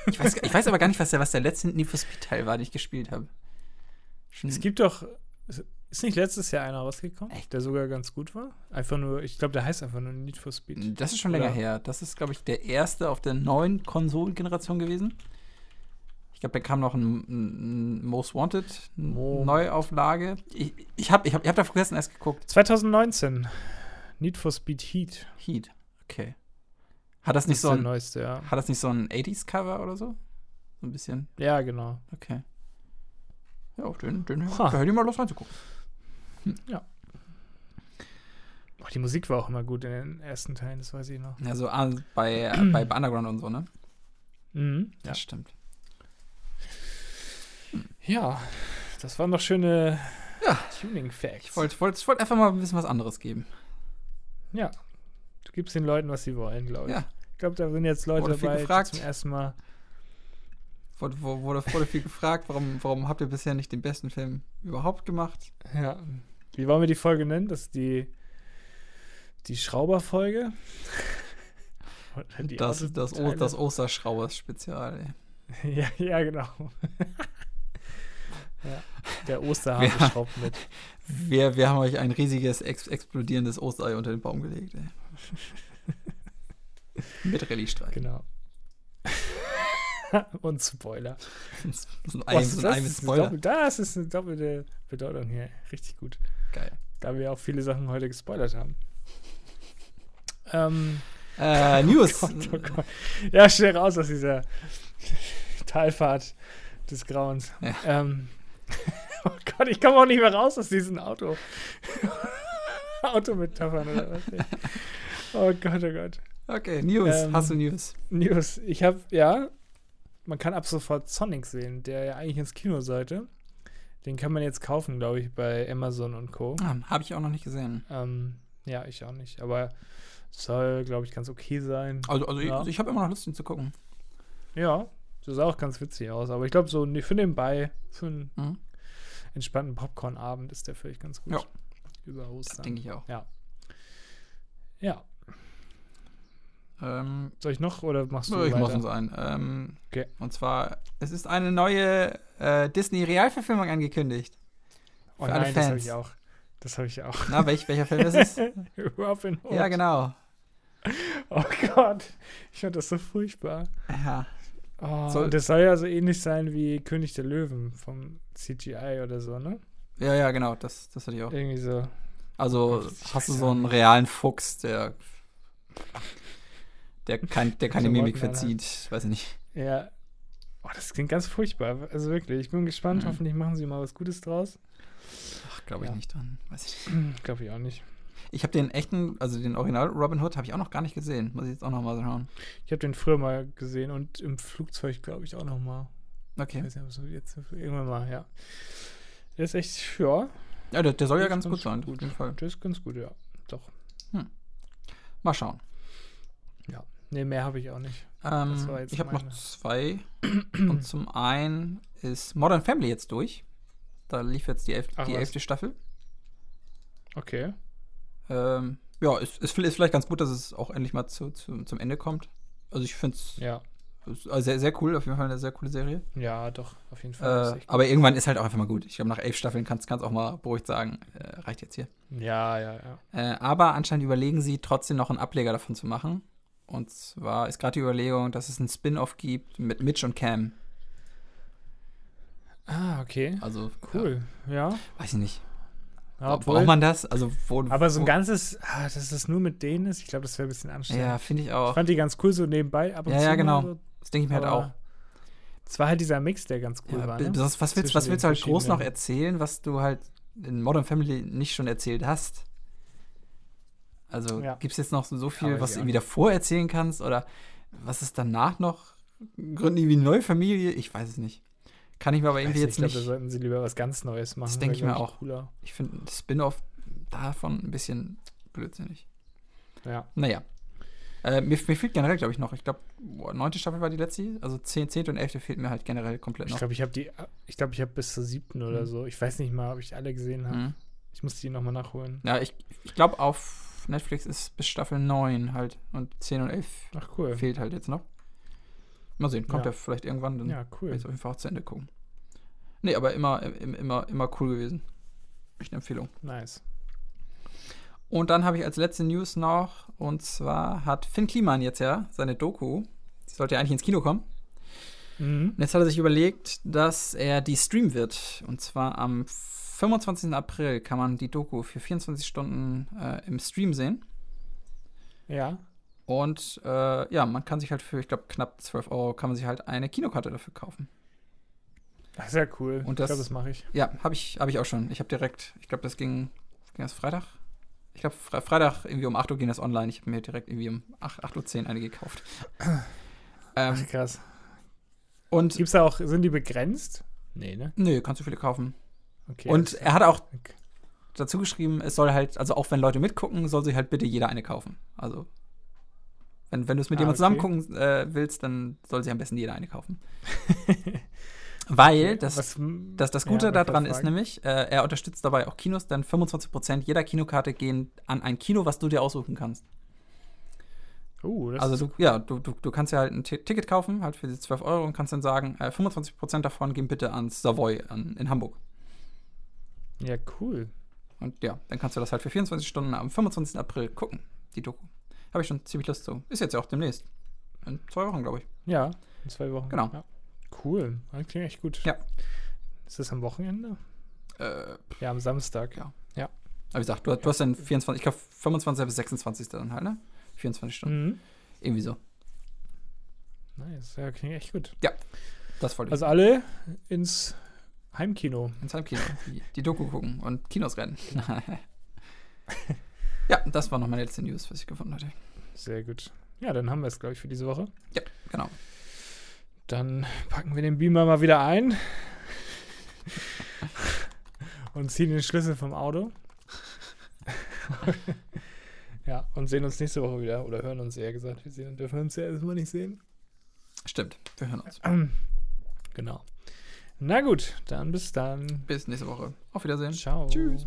B: Ich weiß, ich weiß aber gar nicht, was der, was der letzte Need for Speed-Teil war, den ich gespielt habe. Schon-
A: Es gibt doch. Ist nicht letztes Jahr einer rausgekommen,
B: Echt?
A: der sogar ganz gut war? Einfach nur, ich glaube, der heißt einfach nur Need for Speed.
B: das ist schon länger
A: oder?
B: her. Das ist, glaube ich, der erste auf der neuen Konsolengeneration gewesen. Ich glaube, da kam noch ein, ein, ein Most Wanted, eine
A: Mo-
B: Neuauflage. Ich, ich habe ich hab, ich hab da vorgestern erst geguckt.
A: 2019. Need for Speed Heat.
B: Heat. Okay. Hat das nicht,
A: ist
B: so
A: der
B: ein,
A: neueste, ja.
B: hat das nicht so ein 80s-Cover oder so? So ein bisschen.
A: Ja, genau.
B: Okay. Ja, auf den, den
A: Ha.
B: da hätte ich mal los reinzugucken.
A: Ach, die Musik war auch immer gut in den ersten Teilen, das weiß ich noch.
B: Also ah, bei, bei Underground und so, ne?
A: Mhm. Ja.
B: Das stimmt.
A: ja, das waren doch schöne
B: Ja.
A: Tuning-Facts.
B: Ich wollte wollt, wollt einfach mal ein bisschen was anderes geben.
A: Ja. Du gibst den Leuten, was sie wollen, glaube ich.
B: Ja.
A: Ich glaube, da sind jetzt Leute
B: Wurde viel
A: dabei,
B: gefragt.
A: die zum ersten Mal.
B: Wurde, wo- wurde, wurde viel gefragt, warum, warum habt ihr bisher nicht den besten Film überhaupt gemacht?
A: Ja. Wie wollen wir die Folge nennen? Das ist die, die Schrauber-Folge. Oder die
B: das das, o,
A: Autoteile.
B: das Osterschrauers-Spezial. ey.
A: Ja, ja, genau. ja. Der Osterhase
B: Wer-
A: schraubt mit.
B: Wir, wir haben euch ein riesiges, ex explodierendes Osterei unter den Baum gelegt. Ey. Mit Rallye-Streik.
A: Genau. Und Spoiler.
B: Das ist ein
A: Boah,
B: Ei- so ein Ei mit
A: ist eine
B: Spoiler.
A: Doppel- das ist eine doppelte Bedeutung hier. Richtig gut.
B: Geil.
A: Da wir auch viele Sachen heute gespoilert haben. Ähm,
B: Äh, News.
A: Gott, oh Gott. Ja, schnell raus aus dieser Talfahrt des Grauens.
B: Ja.
A: Ähm, oh Gott, ich komme auch nicht mehr raus aus diesem Auto. Autometaphern oder was? ey. Oh Gott, oh Gott.
B: Okay, News.
A: Ähm,
B: Hast du News?
A: News. Ich habe, ja, man kann ab sofort Sonic sehen, der ja eigentlich ins Kino sollte. Den kann man jetzt kaufen, glaube ich, bei Amazon und Co.
B: Ah, Habe ich auch noch nicht gesehen.
A: Ähm, ja, ich auch nicht. Aber soll, glaube ich, ganz okay sein.
B: Also, also ich,
A: Ja.
B: also ich habe immer noch Lust, ihn zu gucken.
A: Ja, das sah auch ganz witzig aus. Aber ich glaube, so ne- für nebenbei, für einen
B: Mhm.
A: entspannten Popcorn-Abend ist der vielleicht ganz gut.
B: Ja.
A: Über Ostern.
B: Denke ich auch.
A: Ja. Ja.
B: Ähm,
A: Soll ich noch oder machst du
B: Oh, ich muss
A: weiter?
B: uns ein. Ähm,
A: Okay.
B: Und zwar, es ist eine neue äh, Disney-Realverfilmung angekündigt.
A: oh
B: für alle
A: nein, das habe
B: Fans.
A: ich auch. Das habe ich auch.
B: Na, welch, welcher Film ist es?
A: Robin Hood.
B: ja, genau.
A: Oh Gott. Ich fand das so furchtbar.
B: Ja.
A: Oh,
B: Soll-
A: das soll ja so ähnlich sein wie König der Löwen vom CGI oder so, ne?
B: ja, ja, genau, das, das hatte ich auch.
A: Irgendwie so.
B: Also
A: Ich
B: hast du
A: weiß
B: so
A: auch
B: einen realen Fuchs, der, der, kein, der keine
A: So ne?
B: Mimik
A: Wolken anhat.
B: verzieht, weiß ich nicht.
A: Ja. Oh, das klingt ganz furchtbar. Also wirklich, ich bin gespannt.
B: Mhm.
A: Hoffentlich machen sie mal was Gutes draus.
B: Ach, glaube ich
A: Ja.
B: nicht dran. Weiß ich nicht.
A: Glaube ich auch nicht.
B: Ich habe den echten, also den Original Robin Hood, habe ich auch noch gar nicht gesehen. Muss ich jetzt auch noch mal schauen.
A: Ich habe den früher mal gesehen und im Flugzeug, glaube ich, auch noch mal. Ich
B: Okay.
A: weiß nicht, ob es jetzt irgendwann mal, ja. Der ist echt, ja,
B: Ja, der, der soll ja
A: Ist
B: ganz
A: ganz
B: gut sein, auf
A: gut.
B: jeden Fall.
A: der ist ganz gut, ja. Doch.
B: Mal schauen.
A: Nee, mehr habe ich auch nicht.
B: Ähm,
A: war jetzt
B: ich habe noch
A: meine.
B: zwei. Und zum einen ist Modern Family jetzt durch. Da lief jetzt die, elf,
A: Ach,
B: die
A: was.
B: elfte Staffel.
A: Okay.
B: Ähm, ja, ist, ist, ist vielleicht ganz gut, dass es auch endlich mal zu, zu, zum Ende kommt. Also ich finde es
A: Ja.
B: sehr, sehr cool, auf jeden Fall eine sehr coole Serie.
A: Ja, doch, auf jeden Fall.
B: Äh,
A: Ist echt-
B: aber irgendwann ist halt auch einfach mal gut. Ich glaube, nach elf Staffeln kannst du auch mal beruhigt sagen, äh, reicht jetzt hier.
A: ja, ja, ja.
B: Äh, aber anscheinend überlegen sie trotzdem noch einen Ableger davon zu machen. Und zwar ist gerade die Überlegung, dass es einen Spin-off gibt mit Mitch und Cam.
A: Ah, okay.
B: Also
A: Cool. Ja.
B: Ja, weiß ich nicht.
A: ja. obwohl-
B: Braucht man das? Also wo,
A: aber so ein
B: wo,
A: ganzes, ah, dass das nur mit denen ist, ich glaube, das wäre ein bisschen anstrengend.
B: Ja, finde ich
A: Ich
B: auch.
A: fand die ganz cool so nebenbei, ab und
B: Ja,
A: zu
B: ja,
A: mal
B: genau.
A: so,
B: Das denke ich mir halt
A: aber
B: auch.
A: Es war halt dieser Mix, der ganz cool
B: Ja,
A: war.
B: b-
A: Ne?
B: sonst, was willst,
A: Zwischen
B: was
A: den
B: willst du halt groß noch
A: verschiedenen-
B: erzählen, was du halt in Modern Family nicht schon erzählt hast? Also
A: Ja.
B: gibt es jetzt noch so, so viel,
A: weiß
B: was
A: ich
B: du
A: auch
B: irgendwie davor erzählen kannst oder was ist danach noch? Gründen irgendwie eine neue Familie? Ich weiß es nicht. Kann ich mir aber
A: Weiß
B: irgendwie
A: nicht, ich
B: jetzt
A: glaube, da
B: nicht.
A: sollten sie lieber was ganz Neues machen.
B: denke
A: Wäre,
B: ich mir
A: glaub
B: auch.
A: Cooler.
B: Ich finde das Spin-off davon ein bisschen blödsinnig.
A: Ja.
B: Naja. Äh, mir, mir fehlt generell, glaube ich, noch. Ich glaube, boah, neunte Staffel war die letzte. Also 10, 10. und 11. fehlt mir halt generell komplett
A: Ich
B: noch.
A: glaube, ich habe die, ich glaube, ich habe bis zur siebten oder
B: Mhm.
A: so. Ich weiß nicht mal, ob ich alle gesehen habe.
B: Mhm.
A: Ich muss die nochmal nachholen.
B: Ja, ich, ich glaube, auf Netflix ist bis Staffel 9 halt. Und 10 und 11
A: Ach cool.
B: fehlt halt jetzt noch. Mal sehen, kommt
A: Ja.
B: ja, vielleicht irgendwann, dann ja,
A: Ja, cool.
B: cool. ich auf jeden Fall auch zu Ende gucken. Nee, aber immer, im- immer, immer cool gewesen. Echt eine Empfehlung.
A: Nice.
B: Und dann habe ich als letzte News noch, und zwar hat Finn Kliman jetzt ja seine Doku, die sollte ja eigentlich ins Kino kommen.
A: Mhm.
B: Und jetzt hat er sich überlegt, dass er die streamen wird. Und zwar am 25. April kann man die Doku für 24 Stunden äh, im Stream sehen.
A: Ja.
B: Und äh, ja, man kann sich halt für, ich glaube, knapp 12 Euro kann man sich halt eine Kinokarte dafür kaufen.
A: Das ist ja cool.
B: Und
A: ich
B: das-
A: glaube, das mache ich.
B: Ja, habe ich, hab ich auch schon. Ich habe direkt, ich glaube, das ging, ging das Freitag? Ich glaube, Fre Freitag irgendwie um 8 Uhr ging das online. Ich habe mir direkt irgendwie um 8, 8.10 Uhr eine gekauft. ähm,
A: Ach, krass.
B: und,
A: Gibt's da auch, sind die begrenzt? Nee, ne?
B: nö, kannst du viele kaufen.
A: Okay.
B: und er hat auch
A: okay.
B: dazu geschrieben, es soll halt, also auch wenn Leute mitgucken, soll sich halt bitte jeder eine kaufen. Also, wenn, wenn du es mit
A: Ah,
B: jemandem
A: okay.
B: zusammen gucken äh, willst, dann soll sich am besten jeder eine kaufen. Weil das
A: Was, m-
B: Das, das
A: ja,
B: Gute
A: wollte ich
B: daran
A: grad
B: ist
A: fragen.
B: nämlich, äh, er unterstützt dabei auch Kinos, denn 25% jeder Kinokarte gehen an ein Kino, was du dir aussuchen kannst.
A: Oh, das
B: also du, ja, du, du, du kannst ja halt ein Ti- Ticket kaufen, halt für die 12 Euro und kannst dann sagen, äh, 25% davon gehen bitte ans Savoy an, in Hamburg.
A: ja, cool.
B: Und ja, dann kannst du das halt für 24 Stunden am 25. April gucken, die Doku. Habe ich schon ziemlich Lust zu. Ist jetzt ja auch demnächst. In zwei Wochen, glaube ich.
A: Ja, in zwei Wochen.
B: Genau.
A: Ja. Cool. Das klingt echt gut.
B: Ja.
A: Ist das am Wochenende?
B: Äh,
A: Ja, am Samstag.
B: Ja. aber wie gesagt, du, du hast dann 24, ich glaube 25. bis 26. dann halt, ne? 24 Stunden.
A: Mhm.
B: Irgendwie so.
A: Nice, ja, klingt echt gut.
B: Das wollte ich.
A: Also alle ins Heimkino.
B: Ins Heimkino. Die, die Doku gucken und Kinos rennen. ja, das war noch meine letzte News, was ich gefunden hatte.
A: Sehr gut. Ja, dann haben wir es, glaube ich, für diese Woche.
B: Ja, genau.
A: Dann packen wir den Beamer mal wieder ein und ziehen den Schlüssel vom Auto. ja, und sehen uns nächste Woche wieder. Oder hören uns eher gesagt. Wir sehen, dürfen uns ja erstmal nicht sehen.
B: Stimmt. Wir hören uns.
A: Genau. Na gut, dann bis dann.
B: Bis nächste Woche. Auf Wiedersehen.
A: Ciao.
B: Tschüss.